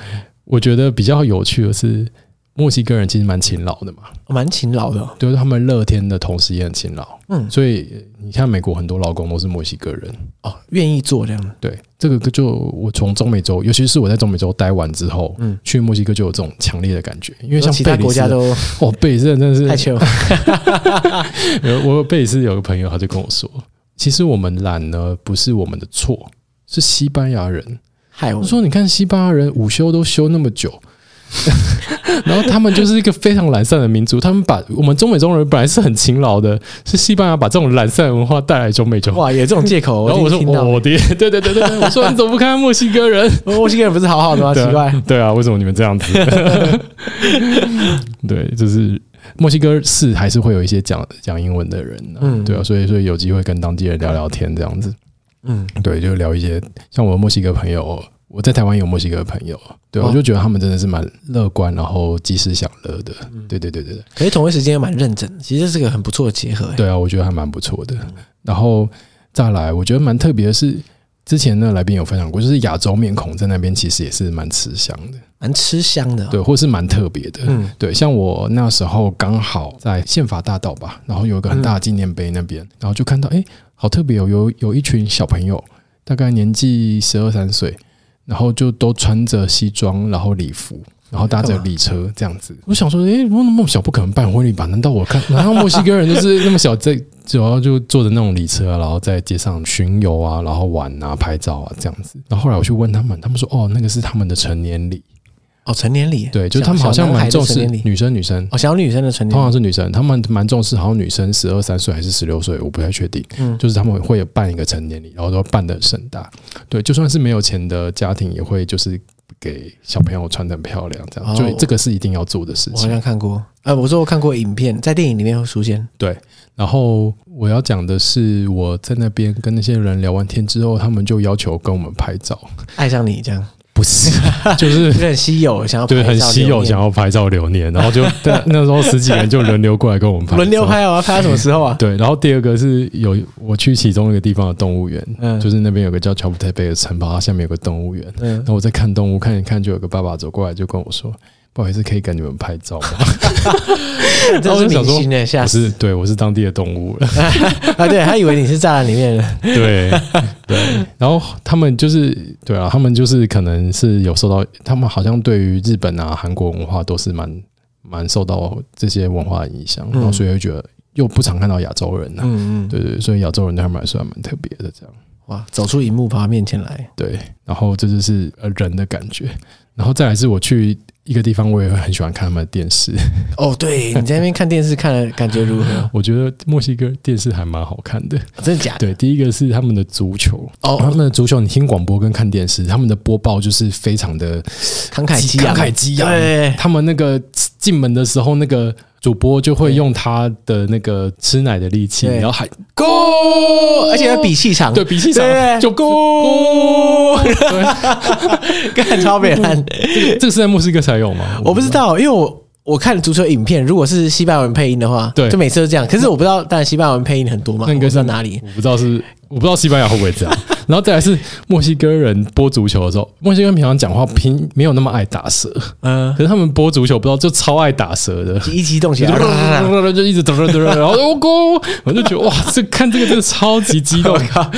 Speaker 2: 我觉得比较有趣的是，墨西哥人其实蛮勤劳的嘛，
Speaker 1: 蛮勤劳的哦、
Speaker 2: 就是他们乐天的同时也很勤劳，
Speaker 1: 嗯
Speaker 2: 嗯，所以你看美国很多劳工都是墨西哥人，
Speaker 1: 哦，愿意做这样的，
Speaker 2: 对，这个就我从中美洲，尤其是我在中美洲待完之后，
Speaker 1: 嗯
Speaker 2: 嗯，去墨西哥就有这种强烈的感觉，因为像
Speaker 1: 其他
Speaker 2: 贝里
Speaker 1: 国家
Speaker 2: 斯
Speaker 1: 都
Speaker 2: 哦，贝里斯人真的是
Speaker 1: 太穷了。
Speaker 2: 有呃我贝里斯有个朋友，他就跟我说，其实我们懒呢不是我们的错，是西班牙人。
Speaker 1: 害我
Speaker 2: 我说你看西班牙人午休都休那么久， [laughs] 然后他们就是一个非常懒散的民族，他们把我们中美洲人本来是很勤劳的，是西班牙把这种懒散文化带来中美洲。
Speaker 1: 哇，有这种借口，
Speaker 2: 然后我
Speaker 1: 第
Speaker 2: 说
Speaker 1: 一次听到
Speaker 2: 我的，对对对对对，我说你怎么不看看墨西哥人？
Speaker 1: 墨西哥人不是好好的吗？奇
Speaker 2: 对啊
Speaker 1: 怪，
Speaker 2: 对啊，为什么你们这样 [laughs] 子？对，就是墨西哥市还是会有一些讲讲英文的人、啊，
Speaker 1: 嗯
Speaker 2: 嗯，对啊，所以所以有机会跟当地人聊聊天这样子，
Speaker 1: 嗯，
Speaker 2: 对，就聊一些像我的墨西哥朋友，我在台湾有墨西哥朋友，对、
Speaker 1: 哦
Speaker 2: 我就觉得他们真的是蛮乐观，然后及时享乐的，对对对对对，
Speaker 1: 可是同一时间又蛮认真，其实这是个很不错的结合、欸。
Speaker 2: 对啊，我觉得还蛮不错的。然后再来，我觉得蛮特别的是，之前那个来宾有分享过，就是亚洲面孔在那边其实也是蛮吃香的，
Speaker 1: 蛮吃香的、哦。
Speaker 2: 对，或是蛮特别的。
Speaker 1: 嗯
Speaker 2: 对，像我那时候刚好在宪法大道吧，然后有一个很大的纪念碑那边，然后就看到，哎、好特别哦，有有一群小朋友，大概年纪十二三岁，然后就都穿着西装，然后礼服。然后搭着礼车这样子，我想说，诶，那么小不可能办婚礼吧？难道我看，难道墨西哥人就是那么小，在主要就坐着那种礼车啊、然后在街上巡游啊，然后玩啊、拍照啊这样子。然后后来我去问他们，他们说，哦，那个是他们的成年礼，
Speaker 1: 哦，成年礼，
Speaker 2: 对，就是
Speaker 1: 小
Speaker 2: 他们好像
Speaker 1: 小男孩
Speaker 2: 蛮
Speaker 1: 的
Speaker 2: 重
Speaker 1: 成
Speaker 2: 视
Speaker 1: 年礼
Speaker 2: 女生，女生
Speaker 1: 哦，小女生的成年
Speaker 2: 通
Speaker 1: 礼
Speaker 2: 常是女生，他们蛮重视，好像女生十二三岁还是十六岁，我不太确定。
Speaker 1: 嗯
Speaker 2: 就是他们会有办一个成年礼，然后都办的盛大。对，就算是没有钱的家庭，也会就是给小朋友穿的很漂亮，这样。
Speaker 1: 哦
Speaker 2: 就这个是一定要做的事
Speaker 1: 我好
Speaker 2: 情。
Speaker 1: 像看过，呃，我说我看过影片，在电影里面会出现。
Speaker 2: 然后我要讲的是，我在那边跟那些人聊完天之后，他们就要求跟我们拍照，
Speaker 1: 爱上你这样，[laughs]
Speaker 2: 不是，就是
Speaker 1: 这个很稀有，想要
Speaker 3: 对，
Speaker 1: 拍
Speaker 3: 很
Speaker 1: 照
Speaker 3: 稀
Speaker 1: 留
Speaker 3: 有，
Speaker 1: 念
Speaker 3: 想要拍照留念，然后
Speaker 2: [laughs]
Speaker 3: 就那那时候十几个人就轮流过来跟我们拍，
Speaker 1: 轮流。拍哦，要拍到什么时候啊？
Speaker 2: 对，然后第二个是有我去其中一个地方的动物园，
Speaker 1: 嗯，
Speaker 2: 就是那边有个叫乔普特贝的城堡，它下面有个动物园。
Speaker 1: 嗯
Speaker 2: 然，后我在看动物，看一看，就有个爸爸走过来，就跟我说：“不好意思，可以跟你们拍照吗
Speaker 1: [laughs] 这是明星哎，？”吓
Speaker 2: 哦我
Speaker 1: 死
Speaker 2: 是对，我是当地的动物了。
Speaker 1: 啊！对他以为你是栅栏里
Speaker 2: [laughs]
Speaker 1: 面的，
Speaker 3: 对，
Speaker 2: 对，然后他们就是对啊，他们就是可能是有受到，他们好像对于日本啊、韩国文化都是蛮蛮受到这些文化的影响，
Speaker 1: 嗯
Speaker 2: 然后所以会觉得又不常看到亚洲人啊。
Speaker 1: 嗯嗯，
Speaker 2: 对对，对所以亚洲人对他们来说还蛮特别的，这样
Speaker 1: 哇，走出荧幕跑到面前来，
Speaker 2: 对。然后这就是呃人的感觉，然后再来是我去一个地方，我也很喜欢看他们的电视， [laughs]
Speaker 1: 哦，对你在那边看电视看了，感觉如何？
Speaker 2: 我觉得墨西哥电视还蛮好看的。
Speaker 1: 真的假的？
Speaker 2: [laughs] 对，第一个是他们的足球，
Speaker 1: 哦
Speaker 2: 他们的足球，你听广播跟看电视，他们的播报就是非常的
Speaker 1: 慷慨激昂，
Speaker 2: 慷慨激昂。
Speaker 1: 对，
Speaker 2: 他们那个进门的时候，那个主播就会用他的那个吃奶的力气，
Speaker 1: 对
Speaker 2: 然后喊
Speaker 1: Go！
Speaker 2: go，
Speaker 1: 而且要比气场，
Speaker 2: 哦对，比气
Speaker 1: 对
Speaker 2: 场就 [laughs] go。对，
Speaker 1: 干超北
Speaker 2: 哦
Speaker 1: 烂。
Speaker 2: 这个是在墨西哥才有吗？
Speaker 1: 我不知。道，因为我我看足球影片，如果是西班牙文配音的话，
Speaker 2: 对
Speaker 1: 就每次都这样。可是我不知道，当然西班牙文配音很多嘛，
Speaker 2: 那应该
Speaker 1: 我不知道
Speaker 2: 是
Speaker 1: 哪里？
Speaker 2: 我不知道是，我不知道西班牙会不会这样。然后再来是墨西哥人播足球的时候，墨西哥人平常讲话平没有那么爱打舌，
Speaker 1: 嗯，
Speaker 2: 可是他们播足球不知道就超爱打舌的，
Speaker 1: 一激动起来，
Speaker 2: [laughs] 就就一直嘟嘟嘟，然后我go，我就觉得哇，这看这个真的超级激动
Speaker 1: 我。靠，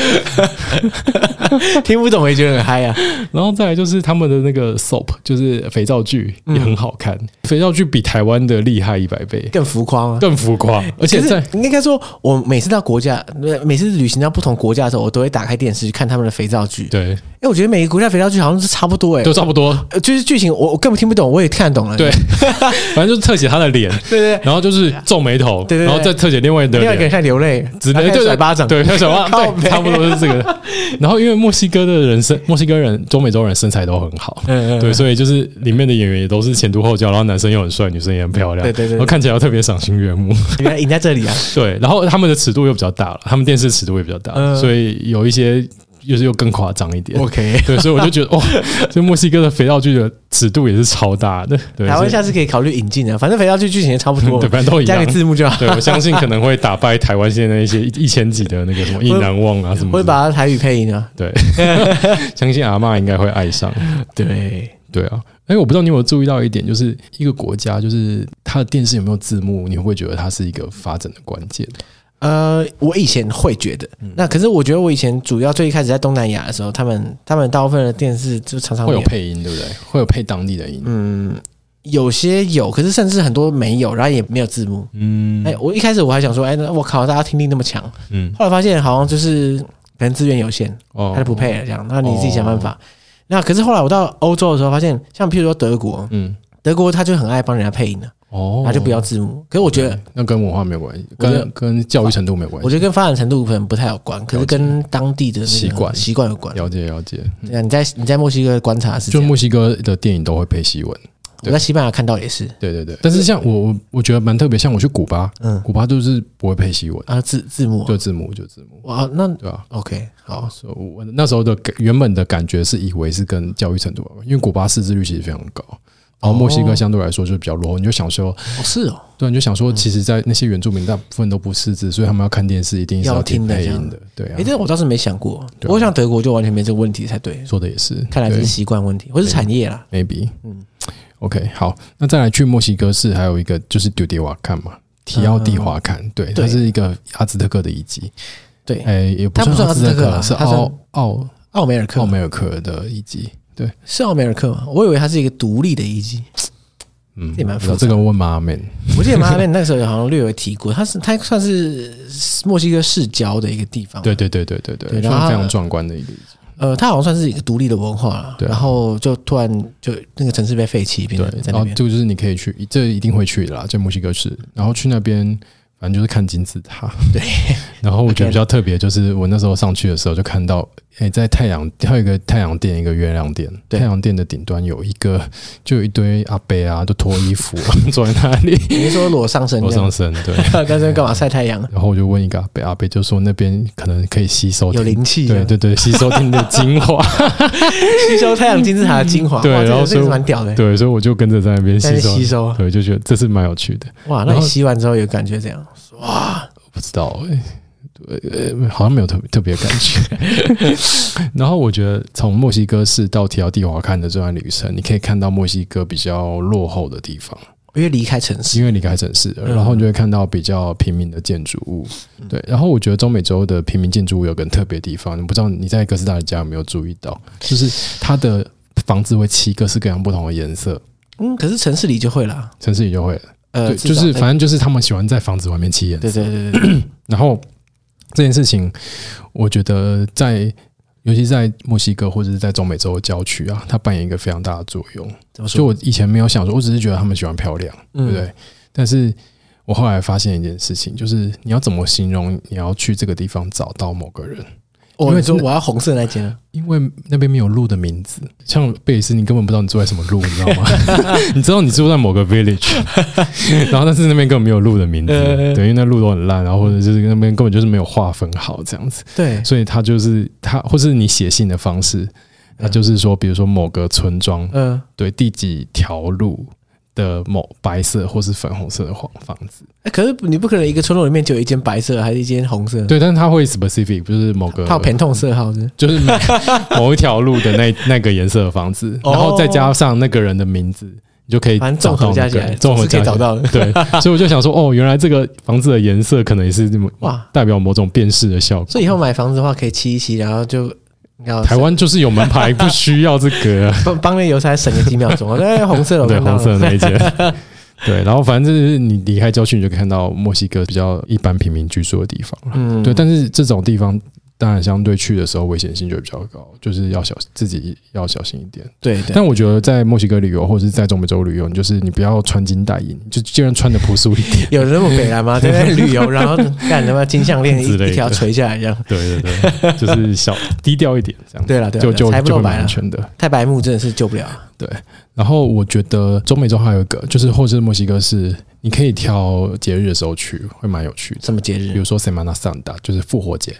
Speaker 1: 听不懂我也觉得很嗨啊！
Speaker 2: 然后再来就是他们的那个 soap，就是肥皂剧
Speaker 1: 嗯
Speaker 2: 也很好看，肥皂剧比台湾的厉害一百倍，
Speaker 1: 更浮夸吗？
Speaker 2: 更浮夸，而且
Speaker 1: 可是
Speaker 2: 在
Speaker 1: 应该说，我每次到国家，每次旅行到不同国家的时候，我都会打开电视去看他们的肥皂剧。
Speaker 2: 对
Speaker 1: 因为我觉得每个国家肥皂剧好像是差不多哎、
Speaker 2: 都差不多，
Speaker 1: 呃就是剧情我我根本听不懂，我也看得懂了。 [laughs]
Speaker 2: 对，反正就是特写他的脸，
Speaker 1: 对对啊
Speaker 2: 然后就是皱眉头，
Speaker 1: 对对对
Speaker 2: 然后再特写另外的
Speaker 1: 对，第二个
Speaker 2: 脸
Speaker 1: 人。在流泪，
Speaker 2: 只
Speaker 1: 然后
Speaker 2: 能
Speaker 1: 开始
Speaker 2: 对
Speaker 1: 甩巴掌，
Speaker 2: 对，甩巴
Speaker 1: 靠
Speaker 2: 掌，
Speaker 1: 背
Speaker 2: 对，差不多是这个。然后因为墨西哥的人身，墨西哥人、中美洲人身材都很好，
Speaker 1: 嗯，嗯嗯
Speaker 2: 对，所以就是里面的演员也都是前凸后翘，然后男生又很帅，女生也很漂亮，
Speaker 1: 对对对对
Speaker 2: 然后看起来又特别赏心悦目，
Speaker 1: 原来赢在这里
Speaker 2: [laughs]
Speaker 1: 啊！
Speaker 2: 对。然后他们的尺度又比较大了，他们电视尺度也比较大，
Speaker 1: 嗯
Speaker 2: 所以有一些就是又更夸张一点。
Speaker 1: OK，
Speaker 2: 对，所以我就觉得哇，
Speaker 1: [laughs]
Speaker 2: 这墨西哥的肥皂剧的尺度也是超大的，对，
Speaker 1: 台
Speaker 2: 所
Speaker 1: 湾
Speaker 2: 以
Speaker 1: 下次可以考虑引进啊，反正肥皂剧剧情也差不多
Speaker 2: [laughs] 对，
Speaker 1: 嘛，
Speaker 2: 反正都一
Speaker 1: 加
Speaker 2: 样
Speaker 1: 个。字幕就好，
Speaker 2: [laughs] 对，我相信可能会打败台湾现在一些一千几的那个什么《意难忘》啊什么
Speaker 1: 我会
Speaker 2: 的，
Speaker 1: 把它台语配音啊。
Speaker 2: 对， [laughs] 相信阿嬷应该会爱上。
Speaker 1: 对，
Speaker 2: 对啊，哎，我不知道你有没有注意到一点，就是一个国家，就是它的电视有没有字幕，你会不会觉得它是一个发展的关键？
Speaker 1: 呃，我以前会觉得，
Speaker 2: 嗯
Speaker 1: 那可是我觉得我以前主要最一开始在东南亚的时候，他们他们大部分的电视就常常
Speaker 2: 会有
Speaker 1: 没
Speaker 2: 配音，对不对？会有配当地的音。
Speaker 1: 嗯，有些有，可是甚至很多没有，然后也没有字幕。
Speaker 2: 嗯
Speaker 1: 哎、我一开始我还想说，哎、那我靠，大家听力那么强，
Speaker 2: 嗯，
Speaker 1: 后来发现好像就是可能资源有限，
Speaker 2: 哦
Speaker 1: 他就不配了这样，那你自己想办法。那可是后来我到欧洲的时候，发现像譬如说德国，
Speaker 2: 嗯，
Speaker 1: 德国他就很爱帮人家配音的、
Speaker 2: 哦
Speaker 1: 他就不要字幕。可是我觉得，
Speaker 2: 那跟文化没有关系，
Speaker 1: 我觉得
Speaker 2: 跟跟教育程度没有关
Speaker 1: 我
Speaker 2: 系。
Speaker 1: 觉得跟发展程度可能不太有关，可是跟当地的那个
Speaker 2: 习惯
Speaker 1: 习惯有关。
Speaker 2: 了解了解，
Speaker 1: 对啊，你在你在墨西哥观察是这
Speaker 2: 就
Speaker 1: 样，
Speaker 2: 墨西哥的电影都会配西文。
Speaker 1: 我在西班牙看到也是
Speaker 2: 对对对，但是像我我我觉得蛮特别，像我去古巴，
Speaker 1: 嗯
Speaker 2: 古巴就是不会配西文，
Speaker 1: 啊，字字幕
Speaker 2: 就字幕就字幕，
Speaker 1: 哇，那
Speaker 2: 对吧、
Speaker 1: OK 好，哦
Speaker 2: 所以我那时候的感原本的感觉是以为是跟教育程度有关，因为古巴识字率其实非常高，然后墨西哥相对来说就比较落后，你就想说，
Speaker 1: 哦是哦，
Speaker 2: 对，啊你就想说，其实，在那些原住民大部分都不识字，所以他们要看电视一定是
Speaker 1: 要
Speaker 2: 听
Speaker 1: 听的
Speaker 2: 配
Speaker 1: 这样
Speaker 2: 音的，对啊
Speaker 1: 哎，，这我倒是没想过，不
Speaker 2: 对啊
Speaker 1: 过像德国就完全没这个问题才对，
Speaker 2: 说的也是，
Speaker 1: 看来
Speaker 2: 对
Speaker 1: 是习惯问题，或是产业啦。
Speaker 2: maybe，
Speaker 1: 嗯
Speaker 2: 嗯，OK，好，那再来去墨西哥市还有一个就是丢迪瓦坎嘛，提奥蒂华坎，对，
Speaker 1: 嗯对
Speaker 2: 它是一个阿兹特克的遗迹，
Speaker 1: 对，
Speaker 2: 哎，也不
Speaker 1: 它不
Speaker 2: 算
Speaker 1: 算
Speaker 2: 阿兹特
Speaker 1: 阿兹特克啦
Speaker 2: 克，是
Speaker 1: 它算
Speaker 2: 奥奥
Speaker 1: 奥梅尔克
Speaker 2: 奥梅尔克的遗迹，对，
Speaker 1: 是奥梅尔克吗？我以为它是一个独立的遗迹，
Speaker 2: 嗯，
Speaker 1: 也蛮
Speaker 2: 我
Speaker 1: 复杂哦
Speaker 2: 这个问妈们，
Speaker 1: 我记得马哈面那时候好像略有提过，它是它算是墨西哥市郊的一个地方，
Speaker 2: 对对对对对对，
Speaker 1: 对
Speaker 2: 非
Speaker 1: 然后
Speaker 2: 常
Speaker 1: 它
Speaker 2: 非常壮观的一个遗迹，
Speaker 1: 呃，它好像算是一个独立的文化啦，
Speaker 2: 对啊
Speaker 1: 然后就突然就那个城市被废弃，变
Speaker 2: 对哦
Speaker 1: 成，在
Speaker 2: 然
Speaker 1: 那
Speaker 2: 后
Speaker 1: 边。
Speaker 2: 这个就是你可以去，这一定会去的啦，在墨西哥市，然后去那边。反正就是看金字
Speaker 1: [laughs]
Speaker 2: 塔，对。然后我觉得比较特别，就是我那时候上去的时候就看到，哎、在太阳，它有一个太阳殿，一个月亮殿。
Speaker 1: 对
Speaker 2: 太阳殿的顶端有一个，就有一堆阿伯啊，都脱衣服、 [laughs] 啊、坐在那
Speaker 1: [laughs]
Speaker 2: 里，
Speaker 1: 你是说裸上身这
Speaker 2: 裸
Speaker 1: 样？
Speaker 2: 上身。对。
Speaker 1: [laughs] 但是干嘛晒太阳？
Speaker 2: 然后我就问一个阿伯，阿伯就说那边可能可以吸收
Speaker 1: 有
Speaker 2: 天
Speaker 1: 灵气啊这
Speaker 2: 对
Speaker 1: 样，
Speaker 2: 对对，吸收天的精华。
Speaker 1: 吸收太阳金字塔的精华。
Speaker 2: 对
Speaker 1: 哇这个
Speaker 2: 然后
Speaker 1: 这
Speaker 2: 所
Speaker 1: 个
Speaker 2: 以
Speaker 1: 是蛮屌的。
Speaker 2: 对，所以我就跟着在那边
Speaker 1: 哎在那
Speaker 2: 吸
Speaker 1: 边
Speaker 2: 收，
Speaker 1: 吸收
Speaker 2: 对，就觉得这是蛮有趣的。
Speaker 1: 哇，那你吸完之后有感觉怎样？
Speaker 2: 不知道哎、欸，呃，好像没有特别特别的感
Speaker 1: [laughs]
Speaker 2: 觉。 [laughs] 然后我觉得从墨西哥市到提奥蒂华坎的这段旅程，你可以看到墨西哥比较落后的地方，
Speaker 1: 因为离开城市，
Speaker 2: 因为离开城市了，
Speaker 1: 嗯
Speaker 2: 然后你就会看到比较平民的建筑物。对，然后我觉得中美洲的平民建筑物有个很特别的地方，你不知道你在哥斯达黎加有没有注意到，就是它的房子会漆各式各样不同的颜色，
Speaker 1: 嗯，可是城市里就会啦。
Speaker 2: 城市里就会了。
Speaker 1: 呃，
Speaker 2: 对，就
Speaker 1: 至少
Speaker 2: 是
Speaker 1: 在
Speaker 2: 反正就是他们喜欢在房子外面漆颜色
Speaker 1: 对对对对对，
Speaker 2: 然后这件事情，我觉得在尤其在墨西哥或者是在中美洲的郊区啊，它扮演一个非常大的作用。
Speaker 1: 怎么
Speaker 2: 所以
Speaker 1: 说？
Speaker 2: 我以前没有想说，我只是觉得他们喜欢漂亮，对
Speaker 1: 嗯
Speaker 2: 不对？但是我后来发现一件事情，就是你要怎么形容你要去这个地方找到某个人，
Speaker 1: 我
Speaker 2: 因为
Speaker 1: 哦你说
Speaker 2: 那
Speaker 1: 我要红色那
Speaker 2: [laughs]
Speaker 1: 间啊，
Speaker 2: 因为那边没有路的名字，像贝里斯，你根本不知道你住在什么路，你知道吗？ [laughs] 你知道你住在某个 village，然后但是那边根本没有路的名字，
Speaker 1: 呃
Speaker 2: 对，因为那路都很烂，然后或者就是那边根本就是没有划分好这样子，
Speaker 1: 对，
Speaker 2: 所以他就是他，或是你写信的方式，他就是说，比如说某个村庄，
Speaker 1: 嗯，
Speaker 2: 对，第几条路的某白色或是粉红色的房房子，
Speaker 1: 欸可是你不可能一个村落里面就有一间白色，还是一间红色？，
Speaker 2: 对，但是他会 specific，就是某个
Speaker 1: 它有偏痛色号是？
Speaker 2: 就是每
Speaker 1: [laughs]
Speaker 2: 某一条路的那那个颜色的房子，
Speaker 1: 哦
Speaker 2: 然后再加上那个人的名字，你就可以
Speaker 1: 反正综
Speaker 2: 找到
Speaker 1: 合加
Speaker 2: 那
Speaker 1: 起
Speaker 2: 个
Speaker 1: 来，
Speaker 2: 人 [laughs] 综
Speaker 1: 总
Speaker 2: 合
Speaker 1: 是
Speaker 2: 加
Speaker 1: 可以
Speaker 2: 起
Speaker 1: 找。
Speaker 2: 来
Speaker 1: 到的。 [laughs]
Speaker 2: 对，所以我就想说，哦，原来这个房子的颜色可能也是这么
Speaker 1: 哇，
Speaker 2: 代表某种辨识的效果。
Speaker 1: 所以以后买房子的话，可以漆一漆，然后就要
Speaker 2: 台湾就是有门牌，不需要这
Speaker 1: [laughs]
Speaker 2: 个、
Speaker 1: 帮帮那邮差省个几秒
Speaker 2: [laughs]
Speaker 1: 钟。哎，红色的，我
Speaker 2: 对
Speaker 1: 看到
Speaker 2: 红
Speaker 1: 了
Speaker 2: 色的那一间。 [laughs] 对，然后反正就是你离开郊区，你就可以看到墨西哥比较一般平民居住的地方。
Speaker 1: 嗯，
Speaker 2: 对，但是这种地方当然相对去的时候危险性就比较高，就是要小自己要小心一点。
Speaker 1: 对对，
Speaker 2: 但我觉得在墨西哥旅游或者是在中美洲旅游，你就是你不要穿金戴银，你就尽量穿的朴素一点。 [laughs]
Speaker 1: 有人那么北来吗？在那边旅游，然后干他妈金项链一
Speaker 2: 之类的
Speaker 1: 一条垂下来这样。
Speaker 2: 对对对，就是小 [laughs] 低调一点这样。
Speaker 1: 对了对
Speaker 2: 就
Speaker 1: 了，
Speaker 2: 就
Speaker 1: 财不
Speaker 2: 就
Speaker 1: 露
Speaker 2: 会蛮
Speaker 1: 白
Speaker 2: 安
Speaker 1: 了，
Speaker 2: 全的。
Speaker 1: 太白目真的是救不了。
Speaker 2: 然后我觉得中美洲还有一个，就是或者是墨西哥是，你可以挑节日的时候去，会蛮有趣的。
Speaker 1: 什么节
Speaker 2: 比
Speaker 1: 日
Speaker 2: 如？说 Semana Santa，就是复活节，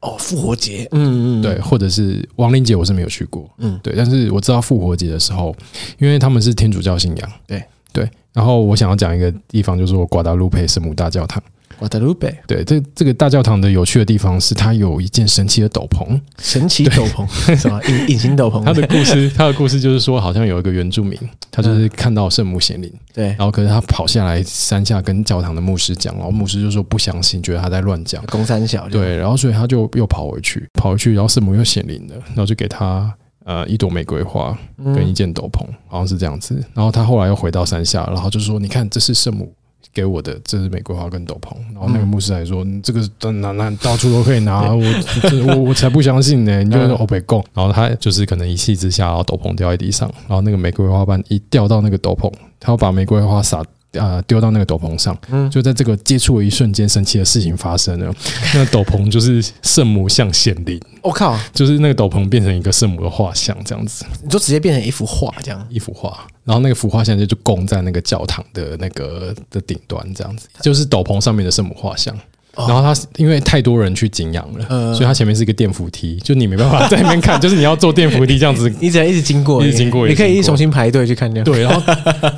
Speaker 1: 哦，复活节。嗯嗯，嗯
Speaker 2: 对，，或者是亡灵节，我是没有去过，
Speaker 1: 嗯
Speaker 2: 嗯，对，但是我知道复活节的时候，因为他们是天主教信仰，
Speaker 1: 对
Speaker 2: 对，然后我想要讲一个地方，就是我瓜达卢佩圣母大教堂，
Speaker 1: 瓦德鲁贝
Speaker 2: 对，这这个大教堂的有趣的地方是，它有一件神奇的斗篷。
Speaker 1: 神奇斗 [laughs] 篷，什么隐隐形斗篷？
Speaker 2: 它的故事，它的故事就是说，好像有一个原住民，他就是看到圣母显灵，
Speaker 1: 对
Speaker 2: 然后可是他跑下来山下跟教堂的牧师讲，然后牧师就说不相信，觉得他在乱讲。
Speaker 1: 公三小这样
Speaker 2: 对，然后所以他就又跑回去，跑回去，然后圣母又显灵了，然后就给他呃一朵玫瑰花跟一
Speaker 1: 嗯
Speaker 2: 件斗篷，好像是这样子。然后他后来又回到山下，然后就说：“你看，这是圣母给我的，这是玫瑰花跟斗篷。”然后那个
Speaker 1: 嗯
Speaker 2: 牧师还说：“你这个哪哪到处都可以拿，我 [laughs] 这我我才不相信
Speaker 1: [laughs]
Speaker 2: 呢、你就
Speaker 1: 嗯
Speaker 2: 是欧北贡。”然后他就是可能一气之下，然后斗篷掉在地上，然后那个玫瑰花瓣一掉到那个斗篷，他要把玫瑰花撒。啊丢到那个斗篷上，
Speaker 1: 嗯，
Speaker 2: 就在这个接触的一瞬间，神奇的事情发生了。那斗篷就是圣母像显灵，
Speaker 1: 我靠，
Speaker 2: 就是那个斗篷变成一个圣母的画像，这样子
Speaker 1: 你就直接变成一幅画这样。
Speaker 2: 一幅画。然后那个幅画现在就供在那个教堂的那个的顶端，这样子就是斗篷上面的圣母画像。然后它因为太多人去景仰了，
Speaker 1: 哦嗯
Speaker 2: 所以它前面是一个电扶梯，就你没办法在那边
Speaker 1: [laughs]
Speaker 2: 看，就是你要坐电扶梯这样子。
Speaker 1: 你只能一直经过，
Speaker 2: 一直经过
Speaker 1: 你可
Speaker 2: 一直
Speaker 1: 以
Speaker 2: 经过
Speaker 1: 重新排队去看掉。
Speaker 2: 对，然后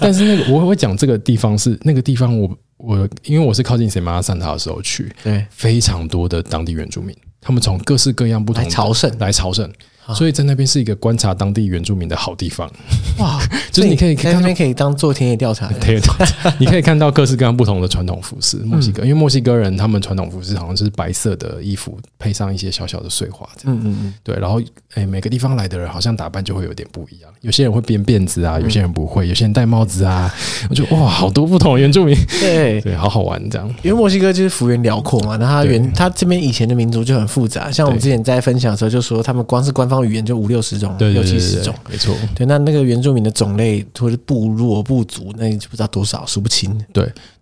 Speaker 2: 但是那个我会讲这个地方是那个地方我，我因为我是靠近圣马拉善塔的时候去，
Speaker 1: 对，
Speaker 2: 非常多的当地原住民，他们从各式各样不同
Speaker 1: 来
Speaker 2: 的
Speaker 1: 朝
Speaker 2: [laughs]
Speaker 1: 圣啊
Speaker 2: 来朝圣，所以在那边是一个观察当地原住民的好地方，
Speaker 1: 哇，
Speaker 2: 就是你可以
Speaker 1: 所在
Speaker 2: 看
Speaker 1: 那
Speaker 2: 到
Speaker 1: 边可以当做田野调查的，
Speaker 2: 对，
Speaker 1: [laughs]
Speaker 2: 你可以看到各式各样不同的传统服
Speaker 1: 嗯
Speaker 2: 饰。墨西哥，因为墨西哥人他们传统服饰好像就是白色的衣服，配上一些小小的碎花这样。
Speaker 1: 嗯嗯嗯，
Speaker 2: 对，然后哎，每个地方来的人好像打扮就会有点不一样，有些人会编辫子
Speaker 1: 嗯
Speaker 2: 啊，有些人不会，有些人戴帽子啊。我就哇，好多不同的原住民，
Speaker 1: 对。
Speaker 2: 对，好好玩这样。
Speaker 1: 因为墨西哥就是幅员辽阔嘛，那它
Speaker 2: 对
Speaker 1: 原它这边以前的民族就很复杂，像我们之
Speaker 2: 对
Speaker 1: 前在分享的时候就说，他们光是官方语言就五六十种、
Speaker 2: 对
Speaker 1: 六
Speaker 2: 对
Speaker 1: 七
Speaker 2: 对
Speaker 1: 十
Speaker 2: 对
Speaker 1: 种
Speaker 2: 对，，没错。
Speaker 1: 对，那那个原住民的种类或者部落部族，那你就不知道多少，数不清。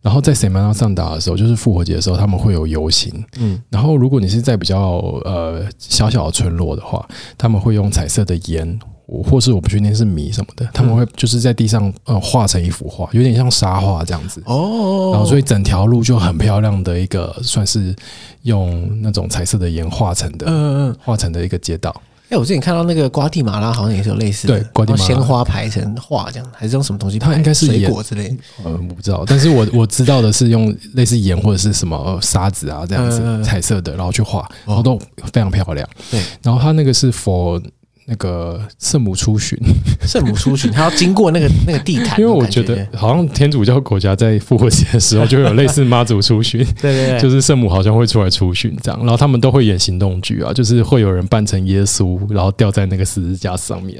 Speaker 2: 然后在塞曼拉上达的时候，就是复活节的时候，他们会有游行。
Speaker 1: 嗯，
Speaker 2: 然后如果你是在比较呃小小的村落的话，他们会用彩色的盐，我或是我不确定是米什么的，他们
Speaker 1: 嗯
Speaker 2: 会就是在地上呃画成一幅画，有点像沙画这样子。
Speaker 1: 哦，
Speaker 2: 然后所以整条路就很漂亮的一个，算是用那种彩色的盐画成的，
Speaker 1: 嗯嗯，
Speaker 2: 画成的一个街道。
Speaker 1: 哎、我之前看到那个瓜地马拉好像也是有类似的，
Speaker 2: 对瓜地马拉
Speaker 1: 然后鲜花排成画这样，还是用什么东西排？
Speaker 2: 它应该是
Speaker 1: 水
Speaker 2: 盐
Speaker 1: 果之类的，
Speaker 2: 呃，我不知道，但是我我知道的是用类似盐或者是什么呃沙子啊这样
Speaker 1: 嗯
Speaker 2: 子、
Speaker 1: 嗯嗯哦
Speaker 2: 彩色的，然后去画，然后都非常漂亮。
Speaker 1: 对，
Speaker 2: 然后它那个是 for 那个圣母出巡，
Speaker 1: 圣母出巡，它要经过那个那个地毯，
Speaker 2: [laughs] 因为我
Speaker 1: 那
Speaker 2: 觉
Speaker 1: 种感
Speaker 2: 得好像天主教国家在复活节的时候就有类似妈祖出巡，
Speaker 1: 对 [laughs] 对对，
Speaker 2: 就是圣母好像会出来出巡这样，然后他们都会演行动剧啊，就是会有人扮成耶稣，然后吊在那个十字架上面，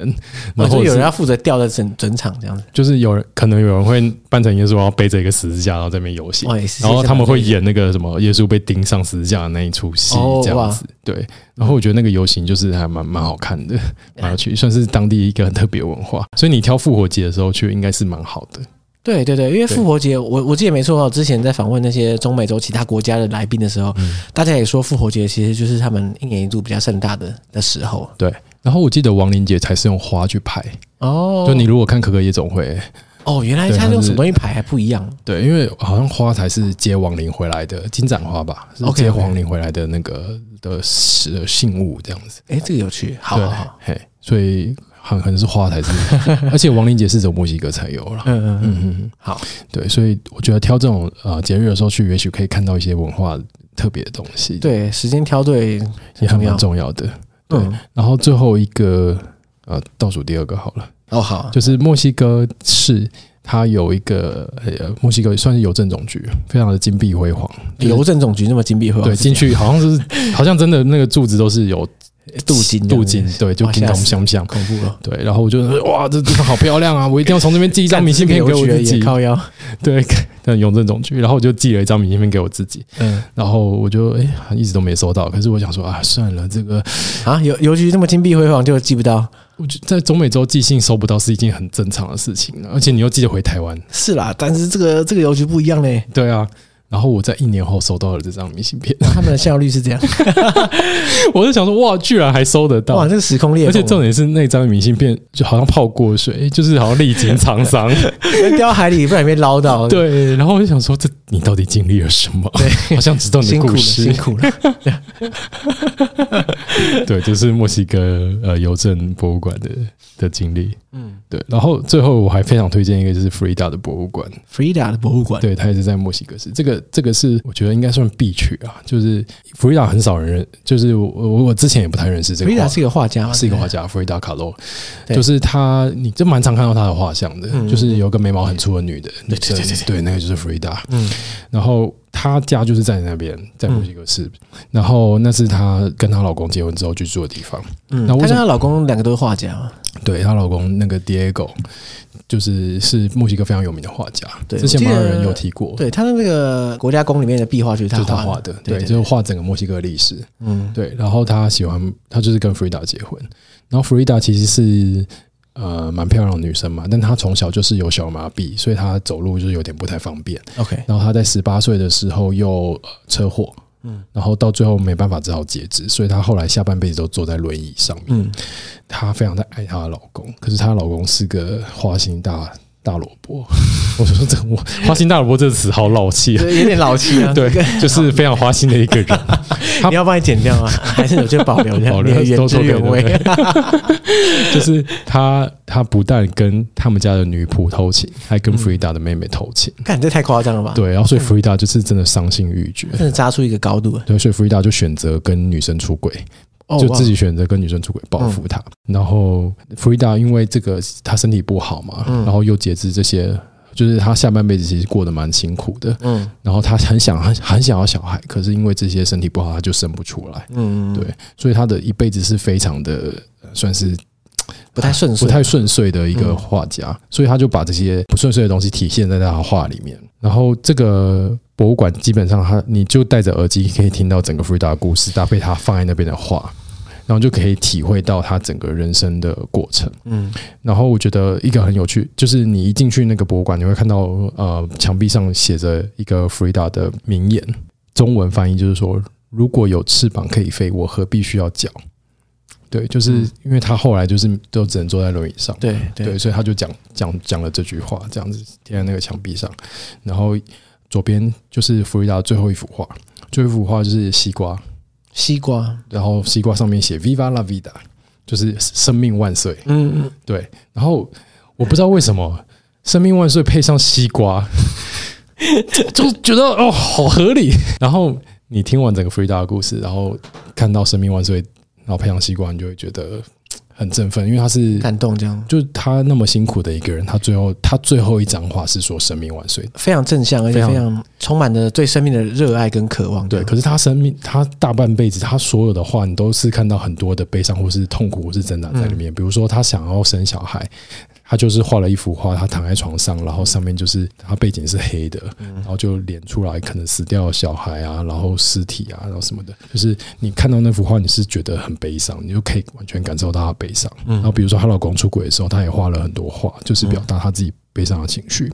Speaker 1: 我
Speaker 2: 然
Speaker 1: 哦就
Speaker 2: 后
Speaker 1: 有
Speaker 2: 是
Speaker 1: 人要负责吊在整整场这样子，
Speaker 2: 就是有人可能有人会扮成耶稣，然后背着一个十字架，然后在那边游行
Speaker 1: 哦哇，也是
Speaker 2: 然后他们会演那个什么耶稣被钉上十字架的那一出戏
Speaker 1: 哦，
Speaker 2: 这样子。对，然后我觉得那个游行就是还蛮蛮好看
Speaker 1: [laughs]
Speaker 2: 的，蛮有趣，算是当地一个很特别的文化。所以你挑复活节的时候去，应该是蛮好的。
Speaker 1: 对对对，因为
Speaker 2: 对
Speaker 1: 复活节，我我记得没错哦。之前在访问那些中美洲其他国家的来宾的时候，
Speaker 2: 嗯
Speaker 1: 大家也说复活节其实就是他们一年一度比较盛大的的时候
Speaker 2: 对，然后我记得亡灵节才是用花去拍，
Speaker 1: 哦。
Speaker 2: 就你如果看可可夜总会，
Speaker 1: 哦，原来
Speaker 2: 对
Speaker 1: 他
Speaker 2: 它
Speaker 1: 用什么
Speaker 2: 是
Speaker 1: 东西排还不一样
Speaker 2: 对，因为好像花才是接亡灵回来的金盏花吧，是
Speaker 1: OK，OK
Speaker 2: 接亡灵回来的那个的的信物这样子。
Speaker 1: 哎、这个有趣，好
Speaker 2: 对
Speaker 1: 好好，，
Speaker 2: 嘿，所以很可能是花才是， [laughs] 而且亡灵节是走墨西哥才有了。
Speaker 1: 嗯嗯嗯，
Speaker 2: 嗯嗯，
Speaker 1: 好，
Speaker 2: 对，所以我觉得挑这种呃节日的时候去，也许可以看到一些文化特别的东西，，
Speaker 1: 对，时间挑对，
Speaker 2: 也还
Speaker 1: 重要
Speaker 2: 蛮重要的。对
Speaker 1: 嗯，
Speaker 2: 然后最后一个呃倒数第二个好了，
Speaker 1: 哦好，
Speaker 2: 就是墨西哥市，它有一个呃墨西哥算是邮政总局，非常的金碧辉煌，就是
Speaker 1: 邮政总局那么金碧辉煌，
Speaker 2: 对，进去好像 [laughs] 就是好像真的那个柱子都是有
Speaker 1: 镀金这样
Speaker 2: 镀
Speaker 1: 子
Speaker 2: 金，对，就
Speaker 1: 哇
Speaker 2: 金
Speaker 1: 吓
Speaker 2: 铜
Speaker 1: 死
Speaker 2: 相像。
Speaker 1: 恐怖了。
Speaker 2: 对，然后我就呃哇，这地方好漂亮啊！我一定要从这边寄一张明信片给我自 [laughs] 己。
Speaker 1: 靠腰，
Speaker 2: 对，但邮政总局，然后我就寄了一张明信片给我自己，
Speaker 1: 嗯
Speaker 2: 然后我就哎、一直都没收到，可是我想说啊，算了，这个
Speaker 1: 啊，邮邮局这么金碧辉煌就寄不到，
Speaker 2: 我觉得在中美洲寄信收不到是一件很正常的事情，啊而且你又寄得回台湾，
Speaker 1: 是啦，但是这个这个邮局不一样 [laughs] 嘞，
Speaker 2: 对啊。然后我在一年后收到了这张明信片， [laughs]
Speaker 1: 他们的效率是 [laughs] 这样，
Speaker 2: 我就想说哇，居然还收得到
Speaker 1: 哇，，这个时空裂
Speaker 2: 而
Speaker 1: 缝，
Speaker 2: 且重点是那张明信片就好像泡过水，哎就是好像历经
Speaker 1: [laughs]
Speaker 2: 沧桑。
Speaker 1: 点掉海里，不然被捞到，，
Speaker 2: 对，然后我就想说，这你到底经历了什
Speaker 1: [laughs]
Speaker 2: 么？对，好像知道你的
Speaker 1: 辛苦
Speaker 2: 故
Speaker 1: 了，
Speaker 2: 事
Speaker 1: 辛。苦 [laughs] 了，
Speaker 2: [laughs] 对，就是墨西哥呃邮政博物馆的的经历。
Speaker 1: 嗯
Speaker 2: 对，然后最后我还非常推荐一个就是 Frida 的博物馆，
Speaker 1: ，Frida 的博物馆，
Speaker 2: 对，它也是在墨西哥市。这个这个是我觉得应该算必去啊，就是 Frida 很少人认，就是我我我之前也不太认识这个画
Speaker 1: ，Frida 是一个画家嘛，
Speaker 2: 是一个画家弗瑞达卡洛，
Speaker 1: 对
Speaker 2: 就是他，你就蛮常看到他的画像的，
Speaker 1: 嗯
Speaker 2: 就是有个眉毛很粗的女的，
Speaker 1: 对对对对对
Speaker 2: 那个就是弗瑞达。
Speaker 1: 嗯
Speaker 2: 然后他家就是在那边，在墨西哥市，然后那是她跟她老公结婚之后去住的地方。
Speaker 1: 嗯，
Speaker 2: 那
Speaker 1: 她
Speaker 2: 为
Speaker 1: 跟
Speaker 2: 什么
Speaker 1: 她老公两个都是画家嘛，
Speaker 2: 对她老公那个 Diego，就是是墨西哥非常有名的画家，
Speaker 1: 对
Speaker 2: 之前
Speaker 1: 我记
Speaker 2: 马
Speaker 1: 得
Speaker 2: 尔人有提过，
Speaker 1: 对，他的那个国家宫里面的壁画就是
Speaker 2: 就是
Speaker 1: 他
Speaker 2: 他
Speaker 1: 画
Speaker 2: 画
Speaker 1: 的，
Speaker 2: 的，
Speaker 1: 对
Speaker 2: 对，
Speaker 1: 对
Speaker 2: 就是画整个墨西哥的历史。
Speaker 1: 嗯，
Speaker 2: 对，然后他喜欢他就是跟 Frida 结婚，然后 Frida 其实是呃蛮漂亮的女生嘛，但她从小就是有小儿麻痹，所以她走路就是有点不太方便。
Speaker 1: ，OK，
Speaker 2: 然后她在十八岁的时候又、呃车祸，
Speaker 1: 嗯
Speaker 2: 嗯，然后到最后没办法只好截肢，所以她后来下半辈子都坐在轮椅上面。
Speaker 1: 嗯，
Speaker 2: 她非常的爱她的老公，可是她老公是个花心大大萝卜。 [laughs] 我说这我花心大萝卜这个词好老气啊，
Speaker 1: 对有点老气啊。
Speaker 2: [laughs] 对，就是非常花心的一个人。他
Speaker 1: 你要帮你剪掉
Speaker 2: [laughs]
Speaker 1: 吗？还是有就保留着
Speaker 2: 保留
Speaker 1: 你的原
Speaker 2: 都
Speaker 1: 汁
Speaker 2: 都可以
Speaker 1: 原味？
Speaker 2: [laughs] 就是他，他不但跟他们家的女仆偷情，还
Speaker 1: 嗯
Speaker 2: 跟 Frida 的妹妹偷情。
Speaker 1: 看这太夸张了吧？，
Speaker 2: 对，然后所以 Frida 就是真的伤心欲绝。
Speaker 1: 真的扎出一个高度了。啊
Speaker 2: 对，所以 Frida 就选择跟女生出轨，
Speaker 1: 哦嗯
Speaker 2: 就自己选择跟女生出轨报复他。然后 Frida 因为这个她身体不好嘛，
Speaker 1: 嗯
Speaker 2: 然后又截肢这些。就是她下半辈子其实过得蛮辛苦的，
Speaker 1: 哇嗯
Speaker 2: 然后她很想很很想要小孩，可是因为这些身体不好，她就生不出来，
Speaker 1: 嗯，
Speaker 2: 对所以她的一辈子是非常的呃算是
Speaker 1: 不太顺
Speaker 2: 不
Speaker 1: 遂，啊嗯
Speaker 2: 太顺遂的一个画家，所以他就把这些不顺遂的东西体现在他的画里面。然后这个博物馆基本上他你就戴着耳机可以听到整个 Frida 的故事，搭配他放在那边的画，然后就可以体会到他整个人生的过程。
Speaker 1: 嗯
Speaker 2: 然后我觉得一个很有趣，就是你一进去那个博物馆，你会看到呃墙壁上写着一个 Frida 的名言，中文翻译就是说：“如果有翅膀可以飞，我何必需要脚？”对，就是
Speaker 1: 嗯
Speaker 2: 因为他后来就是都只能坐在轮椅上，
Speaker 1: 对
Speaker 2: 对，
Speaker 1: 对，
Speaker 2: 所以他就讲讲讲了这句话，这样子贴在那个墙壁上，然后左边就是弗瑞达最后一幅画，最后一幅画就是西瓜，
Speaker 1: 西瓜，
Speaker 2: 然后西瓜上面写 “Viva la vida”，就是生命万岁。
Speaker 1: 嗯嗯
Speaker 2: 对，然后我不知道为什么“生命万岁”配上西瓜，就就觉得哦，好合理。然后你听完整个 Frida 的故事，然后看到“生命万岁”，然后配上西瓜，你就会觉得很振奋，因为他是
Speaker 1: 感动这样，
Speaker 2: 就是他那么辛苦的一个人，他最后他最后一张画是说“生命万岁
Speaker 1: 非常正向，而且
Speaker 2: 非常
Speaker 1: 非常充满了对生命的热爱跟渴望”。。
Speaker 2: 对，可是他生命，他大半辈子，他所有的话，你都是看到很多的悲伤或是痛苦或是挣扎在里面。比如说，他想要生小孩，他就是画了一幅画，他躺在床上，然后上面就是他背景是黑的，然后就连出来可能死掉的小孩啊，然后尸体啊，然后什么的，就是你看到那幅画，你是觉得很悲伤，你就可以完全感受到她的悲伤。然后比如说她老公出轨的时候，她也画了很多画，就是表达她自己悲伤的情绪。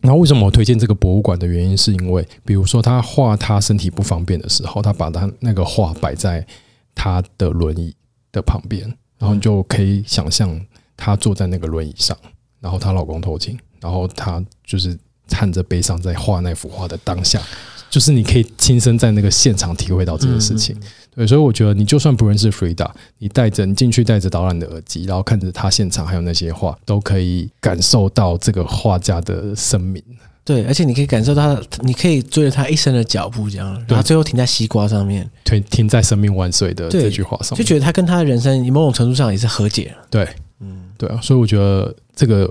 Speaker 2: 然后为什么我推荐这个博物馆的原因，是因为比如说她画她身体不方便的时候，她把她那个画摆在她的轮椅的旁边，然后你就可以想象她坐在那个轮椅上，然后她老公偷情，然后她就是含着悲伤在画那幅画的当下，就是你可以亲身在那个现场体会到这件事情。对，所以我觉得你就算不认识 Frida，你戴着你进去戴着导览的耳机，然后看着他现场还有那些画，都可以感受到这个画家的生命。
Speaker 1: 对，而且你可以感受到他，你可以追着他一生的脚步这样，然后最后停在西瓜上面，
Speaker 2: 停停在“生命万岁”的
Speaker 1: 对
Speaker 2: 这句话上
Speaker 1: 就
Speaker 2: 面，
Speaker 1: 觉得他跟他的人生某种程度上也是和解了。
Speaker 2: 对
Speaker 1: 嗯，
Speaker 2: 对啊，所以我觉得这个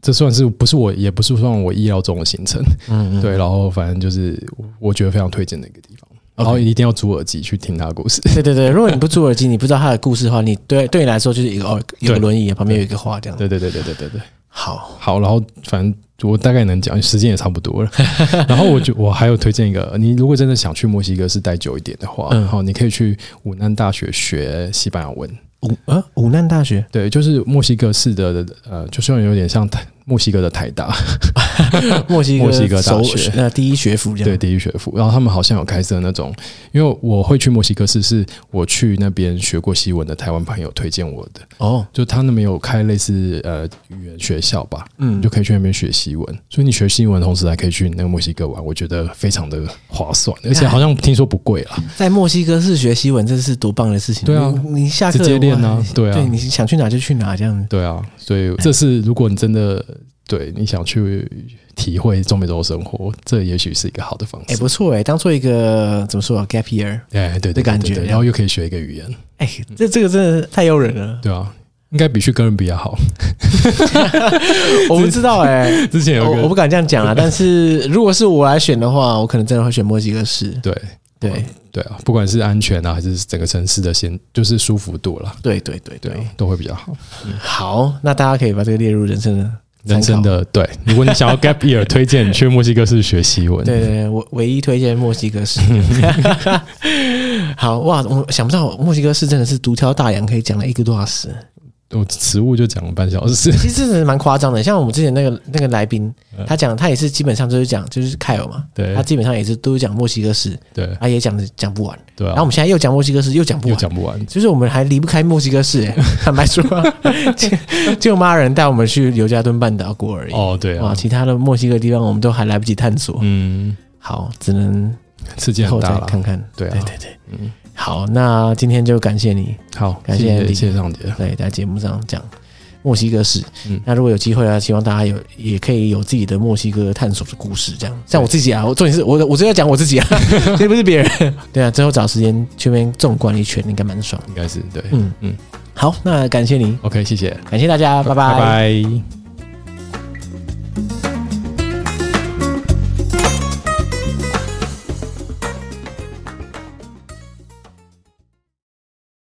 Speaker 2: 这算是不是我也不是算我意料中的行程，
Speaker 1: 嗯，
Speaker 2: 对，然后反正就是我我觉得非常推荐的一个地方，然后一定要租耳机去听他的故事，
Speaker 1: 对对对，如果你不租耳机，你不知道他的故事的话，你对对你来说就是一个哦，有个
Speaker 2: 对
Speaker 1: 轮椅旁边有一个画这样。
Speaker 2: [laughs] 对对对对对对对。
Speaker 1: 好，
Speaker 2: 好，然后反正我大概能讲，时间也差不多了。 [laughs] 然后我就我还有推荐一个，你如果真的想去墨西哥是待久一点的话，
Speaker 1: 嗯
Speaker 2: 好，你可以去武南大学学西班牙文。
Speaker 1: 武啊武难大学，
Speaker 2: 对，就是墨西哥市的呃，就是有点像台墨西哥的台大，
Speaker 1: 墨西哥
Speaker 2: [laughs] 墨西哥大
Speaker 1: 首
Speaker 2: 学
Speaker 1: 呃第一学府这样。
Speaker 2: 对，第一学府。然后他们好像有开设那种，因为我会去墨西哥市，是我去那边学过西文的台湾朋友推荐我的，
Speaker 1: 哦，
Speaker 2: 就他那边有开类似呃语言学校吧，
Speaker 1: 嗯
Speaker 2: 你就可以去那边学西文。所以你学西文，同时还可以去那个墨西哥玩，我觉得非常的划算，而且好像听说不贵啊啦。
Speaker 1: 在墨西哥市学西文，这是多棒的事情！
Speaker 2: 对啊
Speaker 1: 你你下课
Speaker 2: 直接练啊
Speaker 1: 哇
Speaker 2: 对啊
Speaker 1: 对，你想去哪就去哪这样子。
Speaker 2: 对啊，所以这是如果你真的对你想去体会中美洲生活，这也许是一个好的方
Speaker 1: 哎，
Speaker 2: 式。
Speaker 1: 不错哎，当做一个怎么说啊，gap year，
Speaker 2: 哎、对
Speaker 1: 的
Speaker 2: 对对
Speaker 1: 感
Speaker 2: 对
Speaker 1: 觉
Speaker 2: 对，然后又可以学一个语言，
Speaker 1: 哎，
Speaker 2: 嗯
Speaker 1: 这这个真的太诱人
Speaker 2: [laughs]
Speaker 1: 了。
Speaker 2: 对啊，应该比去哥伦比亚好。
Speaker 1: 我不知道哎、
Speaker 2: [laughs] 之前有一
Speaker 1: 我
Speaker 2: 个
Speaker 1: 我不敢这样讲啊。但是如果是我来选的话，我可能真的会选墨西哥市。
Speaker 2: 对
Speaker 1: 对
Speaker 2: 对啊，不管是安全啊，还是整个城市的先就是舒服度啦，
Speaker 1: 对对对
Speaker 2: 对
Speaker 1: 对，
Speaker 2: 啊，都会比较好。
Speaker 1: 好，那大家可以把这个列入人生的
Speaker 2: 人生
Speaker 1: 参考。
Speaker 2: 的对，如果你想要
Speaker 1: [laughs]
Speaker 2: gap year，推荐你去墨西哥市学西文。
Speaker 1: 对对对，我唯一推荐墨西哥
Speaker 2: [laughs]
Speaker 1: 市。好哇，我想不到墨西哥市真的是独挑大梁，可以讲了一个多小时。
Speaker 2: 我食物就讲了半小
Speaker 1: [laughs]
Speaker 2: 时，
Speaker 1: 其实真的蛮夸张的。像我们之前那个那个来宾，他讲他也是基本上就是讲就是凯尔嘛，
Speaker 2: 对
Speaker 1: 他基本上也是都是讲墨西哥式，
Speaker 2: 对
Speaker 1: 他也讲的讲不完。
Speaker 2: 对
Speaker 1: 然后我
Speaker 2: 啊，
Speaker 1: 们现在又讲墨西哥式，又讲不
Speaker 2: 又
Speaker 1: 完，
Speaker 2: 讲不完，
Speaker 1: 就是我们还离不开墨西哥
Speaker 2: [laughs]
Speaker 1: 式、欸。坦白说、啊，就就妈人带我们去尤加敦半岛国而已。
Speaker 2: 哦，对
Speaker 1: 哇，
Speaker 2: 啊，
Speaker 1: 其他的墨西哥地方我们都还来不及探索。
Speaker 2: 嗯，
Speaker 1: 好，只能
Speaker 2: 刺激
Speaker 1: 之
Speaker 2: 很
Speaker 1: 后再
Speaker 2: 大
Speaker 1: 看
Speaker 2: 了，
Speaker 1: 看。
Speaker 2: 对
Speaker 1: 对
Speaker 2: 啊，
Speaker 1: 对对，好，那今天就感谢你，
Speaker 2: 好，
Speaker 1: 感
Speaker 2: 谢
Speaker 1: 谢
Speaker 2: 谢
Speaker 1: Andy
Speaker 2: 谢谢上杰，
Speaker 1: 对，在节目上讲墨西哥式。
Speaker 2: 嗯
Speaker 1: 那如果有机会啊，希望大家有也可以有自己的墨西哥探索的故事，这样。像我自己啊，我重点是我我只要讲我自
Speaker 2: [laughs]
Speaker 1: 己啊，这不是别人。对啊，之后找时间去那边纵观一圈，应该蛮爽的。
Speaker 2: 应该是对
Speaker 1: 嗯
Speaker 2: 嗯
Speaker 1: 好，那感谢你，
Speaker 2: ，OK，谢谢，
Speaker 1: 感谢大家，拜
Speaker 2: 拜拜。